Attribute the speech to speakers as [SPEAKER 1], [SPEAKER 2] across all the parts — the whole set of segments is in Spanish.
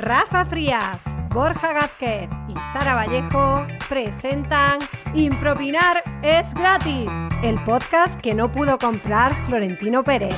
[SPEAKER 1] Rafa Frías, Borja Gázquez y Sara Vallejo presentan Impropinar es gratis, el podcast que no pudo comprar Florentino Pérez.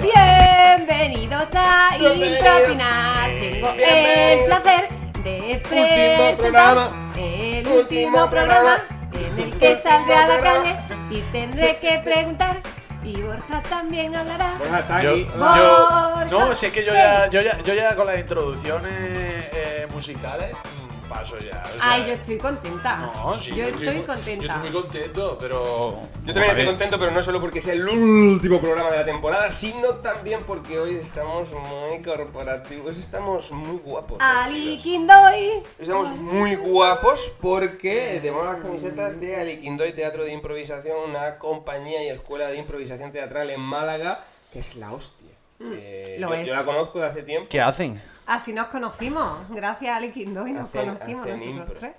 [SPEAKER 1] Bienvenidos a
[SPEAKER 2] Bienvenidos.
[SPEAKER 1] Impropinar. Tengo el
[SPEAKER 2] Bienvenidos.
[SPEAKER 1] placer de
[SPEAKER 2] Último
[SPEAKER 1] presentar
[SPEAKER 2] programa.
[SPEAKER 1] el
[SPEAKER 2] Último
[SPEAKER 1] último programa
[SPEAKER 2] programa.
[SPEAKER 1] en el que saldré a la
[SPEAKER 2] Último programa.
[SPEAKER 1] calle y tendré que preguntar y Borja también hablará.
[SPEAKER 2] Borja está
[SPEAKER 3] Yo,
[SPEAKER 2] aquí.
[SPEAKER 1] Hola.
[SPEAKER 3] yo-
[SPEAKER 1] Hola.
[SPEAKER 3] no, si es que yo ya, yo ya, yo ya con las introducciones eh, musicales mm, paso ya. o sea,
[SPEAKER 1] Ay, yo estoy contenta.
[SPEAKER 3] no, sí,
[SPEAKER 1] yo, estoy,
[SPEAKER 3] muy- Yo
[SPEAKER 1] contenta.
[SPEAKER 3] estoy muy contento, pero.
[SPEAKER 2] Yo también
[SPEAKER 3] Joder.
[SPEAKER 2] estoy contento, pero no solo porque sea el último programa de la temporada, sino también porque hoy estamos muy corporativos, estamos muy guapos.
[SPEAKER 1] Ali
[SPEAKER 2] vestidos.
[SPEAKER 1] Kindoy.
[SPEAKER 2] Estamos muy guapos porque tenemos las camisetas de Aliquindoy Teatro de Improvisación, una compañía y escuela de improvisación teatral en Málaga, que es la hostia. Eh,
[SPEAKER 1] Mm, Lo
[SPEAKER 2] yo,
[SPEAKER 1] es.
[SPEAKER 2] yo la conozco de hace tiempo.
[SPEAKER 4] ¿Qué hacen?
[SPEAKER 1] Así nos conocimos. Gracias a Ali Kindoy nos
[SPEAKER 2] Hacen-
[SPEAKER 1] conocimos
[SPEAKER 2] hacen
[SPEAKER 1] nosotros
[SPEAKER 2] impro.
[SPEAKER 1] tres.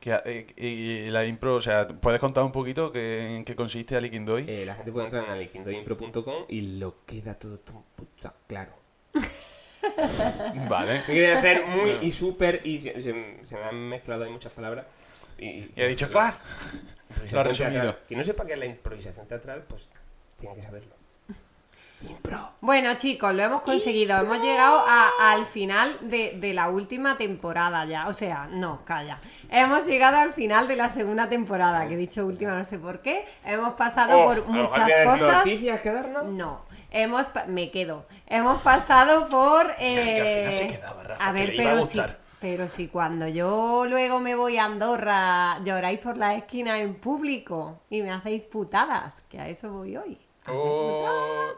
[SPEAKER 4] ¿Qué ha- eh, y, y la impro, o sea, ¿puedes contar un poquito qué- en qué consiste Aliquindoy?
[SPEAKER 2] Eh, la gente puede entrar en aliquindoyimpro.com y lo queda todo tan puta claro.
[SPEAKER 4] Vale.
[SPEAKER 2] Me quería hacer muy
[SPEAKER 4] Ah.
[SPEAKER 2] y súper y se, se- se me han mezclado ahí muchas palabras. Y,
[SPEAKER 4] Y ha dicho, claro.
[SPEAKER 2] improvisación
[SPEAKER 4] lo ha resumido.
[SPEAKER 2] teatral. Quien no sepa qué es la improvisación teatral, pues tiene que saberlo. Impro.
[SPEAKER 1] Bueno, chicos, lo hemos conseguido. Hemos llegado a- al final de, de la última temporada ya. O sea, no, calla. Hemos llegado al final de la segunda temporada, que he dicho última no sé por qué. Hemos pasado
[SPEAKER 2] Oh, a
[SPEAKER 1] por
[SPEAKER 2] lo mejor
[SPEAKER 1] muchas
[SPEAKER 2] tienes
[SPEAKER 1] cosas.
[SPEAKER 2] noticias que darnos?
[SPEAKER 1] No, hemos pa- me quedo. Hemos pasado por
[SPEAKER 3] que al final
[SPEAKER 1] eh,
[SPEAKER 3] se quedaba, Rafa,
[SPEAKER 1] a
[SPEAKER 3] que
[SPEAKER 1] ver,
[SPEAKER 3] le iba a
[SPEAKER 1] pero sí,
[SPEAKER 3] gustar.
[SPEAKER 1] pero sí cuando yo luego me voy a Andorra lloráis por la esquina en público y me hacéis putadas, que a eso voy hoy. a hacer
[SPEAKER 2] Oh.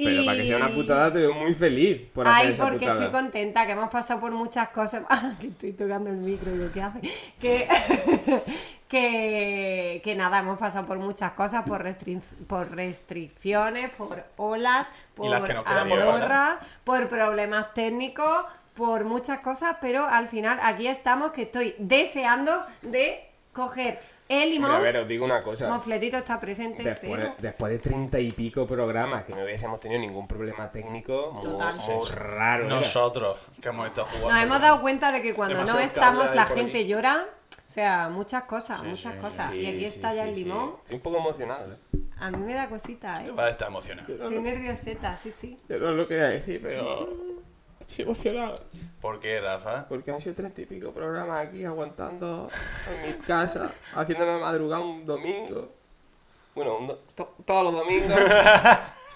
[SPEAKER 1] Y-
[SPEAKER 2] Pero para que sea una putada te veo muy feliz por hacer
[SPEAKER 1] Ay,
[SPEAKER 2] esa
[SPEAKER 1] porque
[SPEAKER 2] putada.
[SPEAKER 1] estoy contenta, que hemos pasado por muchas cosas. Ah, que estoy tocando el micro, digo, ¿qué hace? Que, que, que nada, hemos pasado por muchas cosas, por, restrin- por restricciones, por olas, por
[SPEAKER 3] las que nos quedan por
[SPEAKER 1] Andorra, por problemas técnicos, por muchas cosas, pero al final aquí estamos, que estoy deseando de coger el
[SPEAKER 2] Pero, a
[SPEAKER 1] limón.
[SPEAKER 2] ver, os digo una cosa.
[SPEAKER 1] Mofletito está presente,
[SPEAKER 2] Después,
[SPEAKER 1] pero...
[SPEAKER 2] de- después de treinta y pico programas que no hubiésemos tenido ningún problema técnico, muy,
[SPEAKER 1] Total.
[SPEAKER 2] muy raro. era.
[SPEAKER 3] Nosotros, que hemos estado jugando.
[SPEAKER 1] Nos hemos dado cuenta de que cuando no
[SPEAKER 3] Demasiado
[SPEAKER 1] estamos
[SPEAKER 3] cabra
[SPEAKER 1] la
[SPEAKER 3] por
[SPEAKER 1] gente
[SPEAKER 3] aquí.
[SPEAKER 1] llora. O sea, muchas cosas, muchas
[SPEAKER 3] sí,
[SPEAKER 1] cosas.
[SPEAKER 2] Sí,
[SPEAKER 1] y aquí
[SPEAKER 2] sí,
[SPEAKER 1] está ya
[SPEAKER 2] sí,
[SPEAKER 1] el
[SPEAKER 2] sí.
[SPEAKER 1] limón.
[SPEAKER 2] Estoy un poco emocionado. ¿eh?
[SPEAKER 1] A mí me da cosita, ¿eh?
[SPEAKER 3] Va a estar emocionado.
[SPEAKER 1] Estoy nervioseta, sí, sí.
[SPEAKER 2] Yo no lo quería decir, pero estoy emocionado.
[SPEAKER 3] ¿Por qué, Rafa?
[SPEAKER 2] Mm. Porque han sido treinta y pico programas aquí aguantando en mi casa, haciéndome madrugar un domingo. Bueno, un do- to- todos los domingos.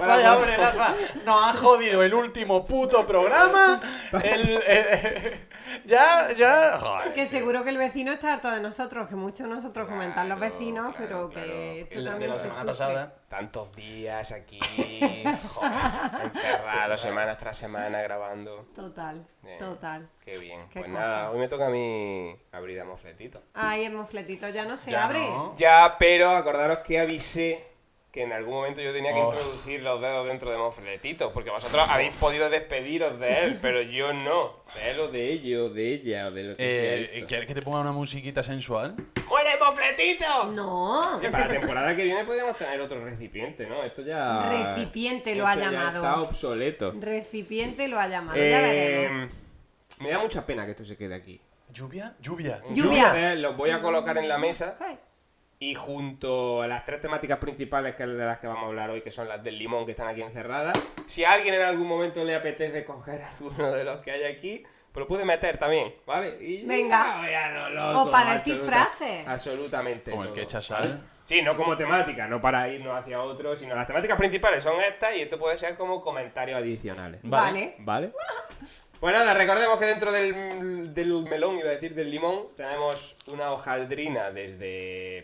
[SPEAKER 2] Para
[SPEAKER 3] Vaya,
[SPEAKER 2] poder-
[SPEAKER 3] hombre, Rafa, nos ha jodido el último puto programa. El, el- ya, ya. joder.
[SPEAKER 1] Que seguro que el vecino está harto de nosotros, que mucho nosotros comentan los
[SPEAKER 3] Claro,
[SPEAKER 1] vecinos,
[SPEAKER 3] claro,
[SPEAKER 1] pero que
[SPEAKER 3] claro.
[SPEAKER 1] esto
[SPEAKER 3] La- de
[SPEAKER 1] también
[SPEAKER 3] la
[SPEAKER 1] se
[SPEAKER 3] semana
[SPEAKER 1] sufre.
[SPEAKER 3] pasada.
[SPEAKER 2] Tantos días aquí, joder, encerrado semana tras semana grabando.
[SPEAKER 1] Total,
[SPEAKER 2] Eh,
[SPEAKER 1] total.
[SPEAKER 2] Qué bien.
[SPEAKER 1] Qué
[SPEAKER 2] pues
[SPEAKER 1] cosa.
[SPEAKER 2] nada, hoy me toca a mí abrir a mofletito.
[SPEAKER 1] Ay, el mofletito ya no se
[SPEAKER 3] Ya
[SPEAKER 1] abre.
[SPEAKER 3] no.
[SPEAKER 2] Ya, pero acordaros que avisé que en algún momento yo tenía que
[SPEAKER 3] Oh.
[SPEAKER 2] introducir los dedos dentro de Mofletito, porque vosotros habéis podido despediros de él, pero yo no. De él o de ella, o de ella, o de lo que sea.
[SPEAKER 3] Eh,
[SPEAKER 2] esto.
[SPEAKER 3] ¿Quieres que te ponga una musiquita sensual?
[SPEAKER 2] ¡Muere Mofletito!
[SPEAKER 1] No.
[SPEAKER 2] Oye, para la temporada que viene podríamos tener otro recipiente, ¿no? Esto ya.
[SPEAKER 1] Recipiente lo ha
[SPEAKER 2] Esto ya
[SPEAKER 1] llamado.
[SPEAKER 2] Está obsoleto.
[SPEAKER 1] Recipiente lo ha llamado, ya veremos.
[SPEAKER 2] Eh, me da mucha pena que esto se quede aquí.
[SPEAKER 3] ¿Lluvia? ¿Lluvia?
[SPEAKER 1] Lluvia.
[SPEAKER 2] Entonces, los voy a colocar en la mesa.
[SPEAKER 1] Ay,
[SPEAKER 2] Y junto a las tres temáticas principales que de las que vamos a hablar hoy, que son las del limón que están aquí encerradas, si a alguien en algún momento le apetece coger alguno de los que hay aquí, pues lo puede meter también, ¿vale? Y
[SPEAKER 1] Venga.
[SPEAKER 2] ya voy a lo loco,
[SPEAKER 1] O para decir
[SPEAKER 2] absoluta-
[SPEAKER 1] frases.
[SPEAKER 2] Absolutamente.
[SPEAKER 3] Como el
[SPEAKER 2] todo,
[SPEAKER 3] que echa
[SPEAKER 2] ¿vale?
[SPEAKER 3] sal.
[SPEAKER 2] Sí, no como temática, no para irnos hacia otro, sino las temáticas principales son estas y esto puede ser como comentarios adicionales.
[SPEAKER 1] Vale.
[SPEAKER 2] ¿Vale? Pues nada, recordemos que dentro del, del melón, iba a decir del limón, tenemos una hojaldrina desde.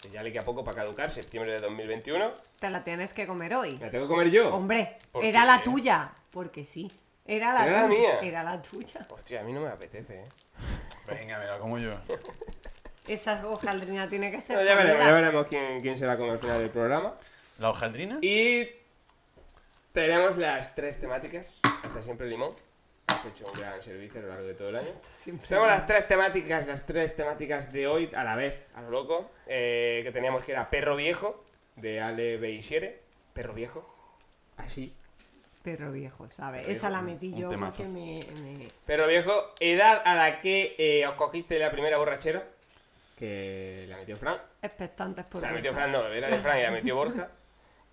[SPEAKER 2] que Ya le queda poco para caducar, septiembre de 2021.
[SPEAKER 1] Te la tienes que comer hoy.
[SPEAKER 2] ¿La tengo que comer yo?
[SPEAKER 1] Hombre,
[SPEAKER 3] ¿Por
[SPEAKER 1] era
[SPEAKER 3] qué?
[SPEAKER 1] la tuya. Porque sí. Era la
[SPEAKER 2] Era la
[SPEAKER 1] tuya.
[SPEAKER 2] mía.
[SPEAKER 1] Era la tuya.
[SPEAKER 2] Hostia, a mí no me apetece, ¿eh?
[SPEAKER 3] Venga, me la como yo.
[SPEAKER 1] Esa hojaldrina tiene que ser.
[SPEAKER 2] Bueno, ya veremos,
[SPEAKER 1] comida.
[SPEAKER 2] ya veremos quién, quién será con el final del programa.
[SPEAKER 3] ¿La hojaldrina?
[SPEAKER 2] Y. tenemos las tres temáticas. Hasta siempre limón. Has hecho un gran servicio a lo largo de todo el año.
[SPEAKER 1] Siempre
[SPEAKER 2] Tenemos
[SPEAKER 1] la-
[SPEAKER 2] las tres temáticas, las tres temáticas de hoy a la vez, a lo loco, eh, que teníamos que era Perro Viejo, de Ale Beisiere. Perro Viejo. Así.
[SPEAKER 1] Perro viejo, ¿sabes? Esa la metí
[SPEAKER 4] un
[SPEAKER 1] yo
[SPEAKER 4] temazo.
[SPEAKER 1] porque me, me-
[SPEAKER 2] Pero viejo, edad a la que eh, os cogiste la primera borrachera, que la metió Fran.
[SPEAKER 1] expectantes por
[SPEAKER 2] O sea, la
[SPEAKER 1] ahí.
[SPEAKER 2] metió Fran, no, era de Fran y la metió Borja.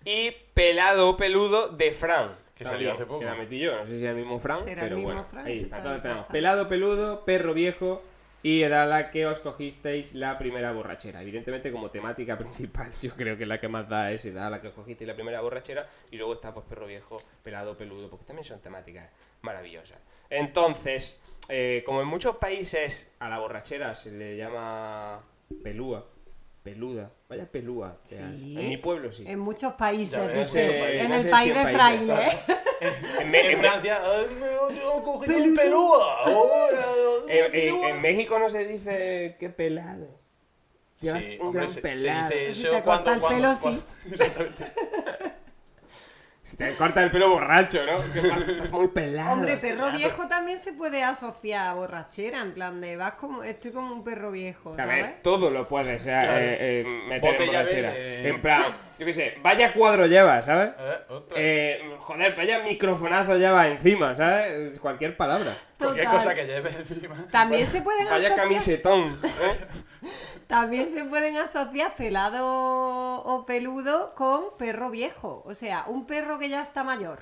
[SPEAKER 2] Y pelado o peludo de Fran.
[SPEAKER 4] Que salió
[SPEAKER 2] también,
[SPEAKER 4] hace poco.
[SPEAKER 2] Que la metí yo, no sé si era el mismo Fran,
[SPEAKER 1] Será el
[SPEAKER 2] pero
[SPEAKER 1] mismo
[SPEAKER 2] bueno.
[SPEAKER 1] Fran,
[SPEAKER 2] ahí
[SPEAKER 1] sí,
[SPEAKER 2] está,
[SPEAKER 1] está
[SPEAKER 2] todos
[SPEAKER 1] en
[SPEAKER 2] tenemos
[SPEAKER 1] casa.
[SPEAKER 2] pelado, peludo, perro viejo y edad a la que os cogisteis la primera borrachera. Evidentemente, como temática principal, yo creo que la que más da es edad a la que os cogisteis la primera borrachera y luego está pues perro viejo, pelado, peludo, porque también son temáticas maravillosas. Entonces, eh, como en muchos países a la borrachera se le llama pelúa, peluda, vaya pelúa. te has-
[SPEAKER 1] Sí.
[SPEAKER 2] En mi pueblo sí.
[SPEAKER 1] En muchos países.
[SPEAKER 3] Ya,
[SPEAKER 1] de
[SPEAKER 3] no
[SPEAKER 1] hecho.
[SPEAKER 2] sé-
[SPEAKER 1] en
[SPEAKER 2] no
[SPEAKER 1] el
[SPEAKER 2] sé si
[SPEAKER 1] país
[SPEAKER 2] en
[SPEAKER 1] de
[SPEAKER 2] países,
[SPEAKER 1] fraile.
[SPEAKER 2] claro. En, Me- en
[SPEAKER 3] En
[SPEAKER 2] Me-
[SPEAKER 3] Francia, "Ay, me he cogido un pelúa. oh, oh,
[SPEAKER 2] en- en-
[SPEAKER 3] pelúa".
[SPEAKER 2] en México no se dice qué pelado.
[SPEAKER 3] Sí,
[SPEAKER 2] Llevas un
[SPEAKER 3] hombre,
[SPEAKER 2] gran
[SPEAKER 3] se- se
[SPEAKER 2] pelado.
[SPEAKER 3] dice
[SPEAKER 1] Si
[SPEAKER 3] eso
[SPEAKER 1] te
[SPEAKER 3] cuando-
[SPEAKER 1] corta el
[SPEAKER 3] cuando-
[SPEAKER 1] pelo,
[SPEAKER 3] cuando-
[SPEAKER 2] Si te corta el pelo borracho, ¿no? Que vas- vas muy pelado.
[SPEAKER 1] Hombre,
[SPEAKER 2] vas
[SPEAKER 1] perro
[SPEAKER 2] pelado.
[SPEAKER 1] viejo también se puede asociar a borrachera, en plan de vas como, estoy como un perro viejo,
[SPEAKER 2] A
[SPEAKER 1] ¿sabes?
[SPEAKER 2] ver, todo lo puedes o sea,
[SPEAKER 3] Claro.
[SPEAKER 2] eh, eh, meter en
[SPEAKER 3] Botella
[SPEAKER 2] borrachera.
[SPEAKER 3] verde.
[SPEAKER 2] En plan, yo qué sé, vaya cuadro llevas, ¿sabes?
[SPEAKER 4] Eh, ostras.
[SPEAKER 2] Eh, joder, vaya microfonazo lleva encima, ¿sabes? Cualquier palabra.
[SPEAKER 3] Cualquier
[SPEAKER 1] Total.
[SPEAKER 3] cosa que lleve encima.
[SPEAKER 1] También se pueden
[SPEAKER 2] Vaya
[SPEAKER 1] asociar,
[SPEAKER 2] camisetón. ¿eh?
[SPEAKER 1] también se pueden asociar pelado o peludo con perro viejo, o sea, un perro que ya está mayor,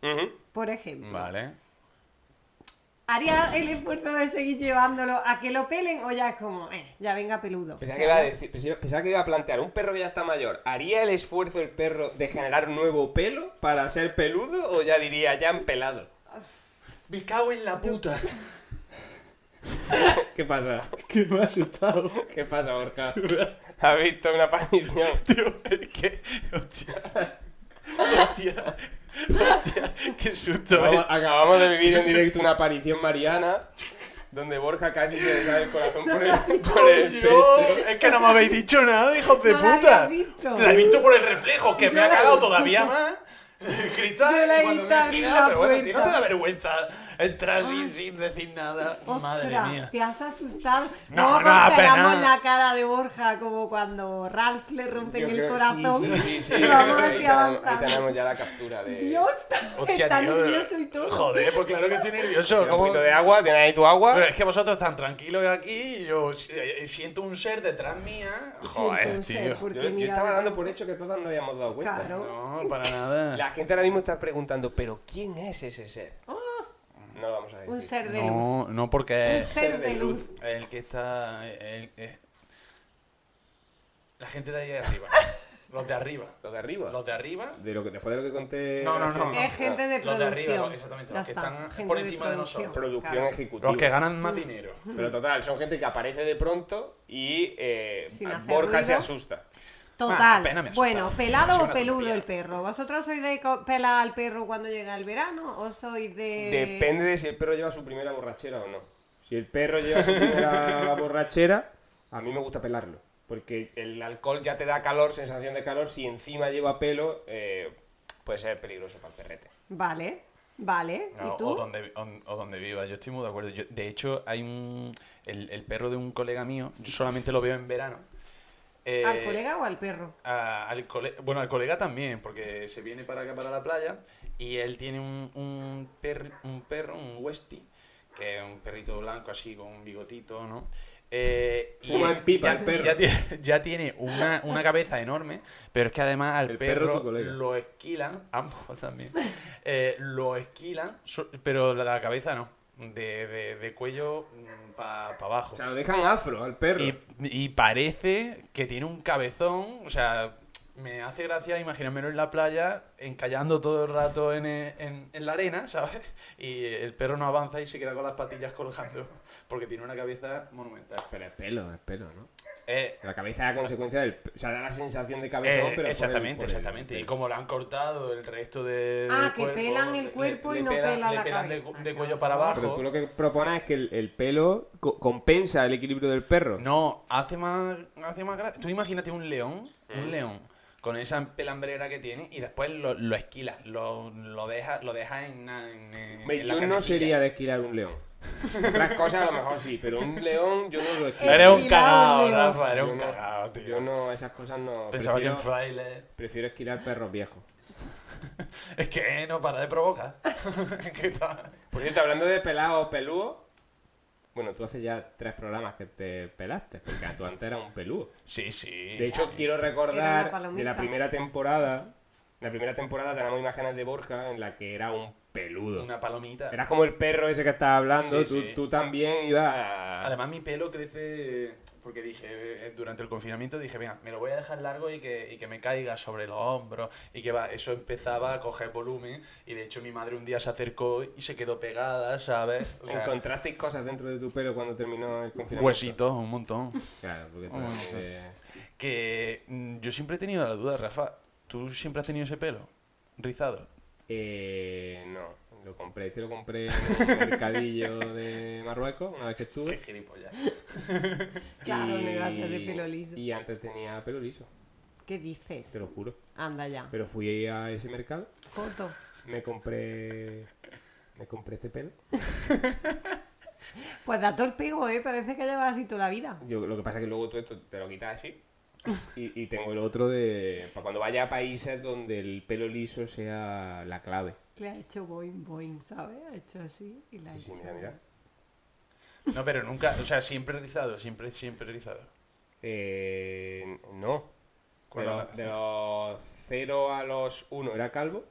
[SPEAKER 2] Ujú.
[SPEAKER 1] por ejemplo.
[SPEAKER 4] Vale.
[SPEAKER 1] ¿Haría el esfuerzo de seguir llevándolo a que lo pelen o ya es como, eh, ya venga peludo?
[SPEAKER 3] Pues
[SPEAKER 2] Pensaba que, iba a decir- pensaba- pensaba que iba a plantear, un perro que ya está mayor, ¿haría el esfuerzo el perro de generar nuevo pelo para ser peludo o ya diría ya empelado?
[SPEAKER 3] Me cago en la puta.
[SPEAKER 2] ¿Qué pasa?
[SPEAKER 3] Que me ha asustado.
[SPEAKER 2] ¿Qué pasa, Borja? ¿Has visto una panición?
[SPEAKER 3] Tío, es que. Hostia. Hostia. Hostia. Qué susto, eh.
[SPEAKER 2] Acabamos, acabamos de vivir en directo una aparición mariana donde Borja casi se le sale el corazón por el, por el pecho.
[SPEAKER 3] Dios, es que no me habéis dicho nada, hijos de
[SPEAKER 1] No la
[SPEAKER 3] puta.
[SPEAKER 1] había visto.
[SPEAKER 3] La he visto por el reflejo, que me
[SPEAKER 1] Yo
[SPEAKER 3] ha
[SPEAKER 1] la-
[SPEAKER 3] cagado todavía más. El cristal,
[SPEAKER 1] Yo la he
[SPEAKER 3] cuando
[SPEAKER 1] visto
[SPEAKER 3] me he
[SPEAKER 1] abrir
[SPEAKER 3] girado,
[SPEAKER 1] la
[SPEAKER 3] pero bueno, a ti no te
[SPEAKER 1] puerta.
[SPEAKER 3] da vergüenza entrar así sin decir nada. Madre
[SPEAKER 1] Ostras,
[SPEAKER 3] mía.
[SPEAKER 1] te has asustado.
[SPEAKER 3] No,
[SPEAKER 1] No,
[SPEAKER 3] no,
[SPEAKER 1] congelamos
[SPEAKER 3] apenas.
[SPEAKER 1] la cara de Borja como cuando Ralph le rompen
[SPEAKER 2] Yo
[SPEAKER 1] el
[SPEAKER 2] creo- sí,
[SPEAKER 1] corazón.
[SPEAKER 2] Sí, sí, sí.
[SPEAKER 1] Y vamos
[SPEAKER 2] ahí,
[SPEAKER 1] hacia
[SPEAKER 2] tenemos, ahí
[SPEAKER 1] avanzar.
[SPEAKER 2] tenemos ya la captura de...
[SPEAKER 1] Dios, está, está nervioso y todo.
[SPEAKER 3] Joder, pues claro que estoy nervioso.
[SPEAKER 2] Tira Un
[SPEAKER 3] ¿cómo?
[SPEAKER 2] poquito de agua, tienes ahí tu agua.
[SPEAKER 3] Pero es que vosotros tan tranquilos aquí y yo si- eh, siento un ser detrás mía.
[SPEAKER 1] Joder,
[SPEAKER 4] tío.
[SPEAKER 2] Yo, yo estaba dando por hecho que todos nos habíamos dado cuenta.
[SPEAKER 1] Claro.
[SPEAKER 3] No, para nada.
[SPEAKER 2] La gente ahora mismo está preguntando, ¿pero quién es ese ser? No lo vamos a decir.
[SPEAKER 1] Ah. Un ser de luz.
[SPEAKER 4] No, no porque
[SPEAKER 1] Un
[SPEAKER 4] es
[SPEAKER 1] ser de luz.
[SPEAKER 4] el que está. el- eh, el-
[SPEAKER 3] La gente de ahí arriba. Los de arriba.
[SPEAKER 2] Los de arriba.
[SPEAKER 3] Los de arriba.
[SPEAKER 2] De lo que, después de lo que conté.
[SPEAKER 3] No, no,
[SPEAKER 2] hace-
[SPEAKER 3] no, no.
[SPEAKER 1] Es gente de
[SPEAKER 3] Los de arriba,
[SPEAKER 1] producción.
[SPEAKER 3] los- exactamente,
[SPEAKER 1] Ya
[SPEAKER 3] los que
[SPEAKER 1] está,
[SPEAKER 3] están
[SPEAKER 1] gente
[SPEAKER 3] por encima de
[SPEAKER 1] producción.
[SPEAKER 3] nosotros.
[SPEAKER 2] Producción
[SPEAKER 1] Claro.
[SPEAKER 2] ejecutiva.
[SPEAKER 4] los que ganan más dinero.
[SPEAKER 3] Dinero.
[SPEAKER 2] Pero total, son gente que aparece de pronto y eh,
[SPEAKER 1] Sin hacer
[SPEAKER 2] Borja se
[SPEAKER 1] ruido.
[SPEAKER 2] asusta.
[SPEAKER 1] Total.
[SPEAKER 3] Ah, apenas me ha asustado.
[SPEAKER 1] bueno,
[SPEAKER 3] Ha
[SPEAKER 1] pelado
[SPEAKER 3] sido
[SPEAKER 1] o
[SPEAKER 3] una
[SPEAKER 1] peludo
[SPEAKER 3] tontería.
[SPEAKER 1] el perro. ¿Vosotros sois de co- pelar al perro cuando llega el verano o sois de.
[SPEAKER 2] Depende de si el perro lleva su primera borrachera o no. Si el perro lleva su primera borrachera, a mí me gusta pelarlo. Porque el alcohol ya te da calor, sensación de calor. Si encima lleva pelo, eh, puede ser peligroso para el perrete.
[SPEAKER 1] Vale, vale.
[SPEAKER 4] No,
[SPEAKER 1] ¿Y tú?
[SPEAKER 4] Ah, O, donde, o, o donde viva, yo estoy muy de acuerdo. Yo- de hecho, hay un. El, el perro de un colega mío, yo solamente lo veo en verano. Eh,
[SPEAKER 1] ¿Al Ah, colega o al perro?
[SPEAKER 4] a- al cole- bueno, al colega también, porque se viene para acá, para la playa, y él tiene un, un, per- un perro, un Westie, que es un perrito blanco así con un bigotito, ¿no? Eh, y
[SPEAKER 2] Fuma
[SPEAKER 4] él
[SPEAKER 2] en pipa
[SPEAKER 4] ya,
[SPEAKER 2] el perro.
[SPEAKER 4] Ya tiene, ya tiene una, una cabeza enorme, pero es que además al
[SPEAKER 2] El perro
[SPEAKER 4] perro,
[SPEAKER 2] tu colega.
[SPEAKER 4] lo esquilan, ambos también, eh, lo esquilan, so- pero la, la cabeza no, de, de- de cuello para abajo.
[SPEAKER 2] O sea, lo dejan afro al perro.
[SPEAKER 4] Y, y parece que tiene un cabezón, o sea, me hace gracia imaginármelo en la playa, encallando todo el rato en, eh, en- en la arena, ¿sabes? Y el perro no avanza y se queda con las patillas colgando, porque tiene una cabeza monumental.
[SPEAKER 2] Pero es pelo, es pelo, ¿no?
[SPEAKER 4] Eh,
[SPEAKER 2] La cabeza es la consecuencia del. O sea, da la sensación de cabezón,
[SPEAKER 4] eh,
[SPEAKER 2] pero. por el-
[SPEAKER 4] exactamente,
[SPEAKER 2] por el-
[SPEAKER 4] exactamente.
[SPEAKER 2] el-
[SPEAKER 4] Y como le han cortado el resto de.
[SPEAKER 1] Ah,
[SPEAKER 4] del
[SPEAKER 1] que pelan el
[SPEAKER 4] le-
[SPEAKER 1] cuerpo y
[SPEAKER 4] le
[SPEAKER 1] no pelan la
[SPEAKER 4] le pelan de,
[SPEAKER 1] cabeza. Ah,
[SPEAKER 4] cu- de cuello para abajo.
[SPEAKER 2] Pero tú lo que propones es que el, el pelo co- compensa el equilibrio del perro.
[SPEAKER 4] No, hace más, hace más gracia. Tú imagínate un león, un león, con esa pelambrera que tiene y después lo, lo esquilas, lo, lo dejas lo deja en, na- en- en-
[SPEAKER 2] Hombre,
[SPEAKER 4] en la
[SPEAKER 2] yo no
[SPEAKER 4] canecilla.
[SPEAKER 2] sería de esquilar un león. Otras cosas a lo mejor sí, pero un león yo no lo esquilo.
[SPEAKER 4] Eres un
[SPEAKER 1] Esquilado,
[SPEAKER 4] cagao,
[SPEAKER 1] león.
[SPEAKER 4] Rafa, eres
[SPEAKER 2] Yo
[SPEAKER 4] un
[SPEAKER 2] no-
[SPEAKER 4] cagao, tío.
[SPEAKER 2] Yo no, esas cosas no.
[SPEAKER 4] Pensaba que
[SPEAKER 2] Prefiero,
[SPEAKER 4] en fraile.
[SPEAKER 2] prefiero esquilar perros viejos.
[SPEAKER 4] es que no para de provocar. Es que está-
[SPEAKER 2] Por cierto, hablando de pelado o pelúo, bueno, tú haces ya tres programas que te pelaste, porque tú antes eras un pelúo.
[SPEAKER 4] Sí, sí.
[SPEAKER 2] De hecho, quiero
[SPEAKER 1] Era una
[SPEAKER 2] recordar
[SPEAKER 1] palomita.
[SPEAKER 2] de la primera temporada, la primera temporada tenemos imágenes de Borja en la que era un peludo.
[SPEAKER 4] una palomita.
[SPEAKER 2] Eras como el perro ese que estaba hablando,
[SPEAKER 4] Sí,
[SPEAKER 2] tú,
[SPEAKER 4] sí. Ah,
[SPEAKER 2] tú también ibas a...
[SPEAKER 4] Además, mi pelo crece eh, porque dije, eh, durante el confinamiento dije, venga, me lo voy a dejar largo y que, y que me caiga sobre los hombros y que va, eso empezaba a coger volumen y de hecho mi madre un día se acercó y se quedó pegada, ¿sabes? O sea, Pues
[SPEAKER 2] ¿Encontrasteis cosas dentro de tu pelo cuando terminó el confinamiento?
[SPEAKER 4] huesitos, un montón.
[SPEAKER 2] Claro, porque tú
[SPEAKER 4] Un
[SPEAKER 2] eres,
[SPEAKER 4] montón.
[SPEAKER 2] eh,
[SPEAKER 4] Que mm, yo siempre he tenido la duda, Rafa, ¿tú siempre has tenido ese pelo rizado?
[SPEAKER 2] eh, no, lo compré, este lo compré en un mercadillo de Marruecos una vez que estuve.
[SPEAKER 4] Qué gilipollas.
[SPEAKER 1] Claro,
[SPEAKER 2] y-
[SPEAKER 1] me iba a hacer de pelo liso.
[SPEAKER 2] Y antes tenía pelo liso,
[SPEAKER 1] ¿Qué dices?
[SPEAKER 2] te lo juro.
[SPEAKER 1] Anda ya.
[SPEAKER 2] Pero fui a ese mercado,
[SPEAKER 1] Foto.
[SPEAKER 2] me compré... Me compré este pelo.
[SPEAKER 1] Pues da todo el pego, ¿eh? Parece que llevas así toda la vida.
[SPEAKER 2] Yo, lo que pasa es que luego tú esto te lo quitas así. Y, y tengo el otro de... Para cuando vaya a países donde el pelo liso sea la clave.
[SPEAKER 1] Le ha hecho boing, boing, ¿sabes? Ha hecho así y la ha
[SPEAKER 2] Sí, sí,
[SPEAKER 1] hecho.
[SPEAKER 2] mira, mira.
[SPEAKER 4] No, pero nunca, o sea, siempre rizado, siempre, siempre rizado.
[SPEAKER 2] Eh, no. De
[SPEAKER 4] ¿Cuál era
[SPEAKER 2] los, de los 0 a los 1 era calvo.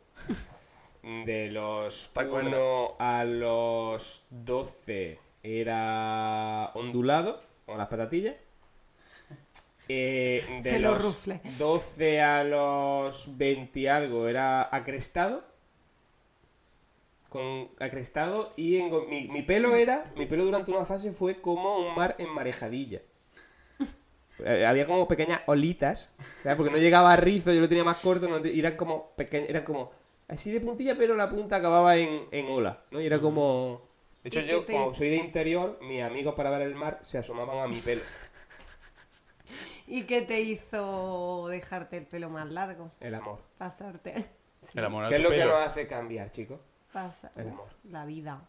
[SPEAKER 2] De los
[SPEAKER 4] Paco
[SPEAKER 2] 1 a los 12 era ondulado, con las patatillas. Eh, de
[SPEAKER 1] Que lo
[SPEAKER 2] los
[SPEAKER 1] rufle.
[SPEAKER 2] 12 a los 20 y algo era acrestado. Con acrestado y engo- mi, mi pelo era, mi pelo durante una fase fue como un mar en marejadilla. Eh, Había como pequeñas olitas, ¿sabes? Porque no llegaba a rizo, yo lo tenía más corto, no te- y eran como pequeñas, eran como así de puntilla, pero la punta acababa en, en ola, ¿no? Y era como... Mm. De hecho,
[SPEAKER 1] ¿Y qué
[SPEAKER 2] yo,
[SPEAKER 1] te-
[SPEAKER 2] como soy de interior, mis amigos para ver el mar se asomaban a mi pelo.
[SPEAKER 1] ¿Y qué te hizo dejarte el pelo más largo?
[SPEAKER 2] El amor.
[SPEAKER 1] Pasarte.
[SPEAKER 4] El amor a
[SPEAKER 2] ¿Qué es
[SPEAKER 4] tu
[SPEAKER 2] lo que
[SPEAKER 4] pelo.
[SPEAKER 2] nos hace cambiar, chicos?
[SPEAKER 1] Pasa.
[SPEAKER 2] El amor.
[SPEAKER 1] La vida.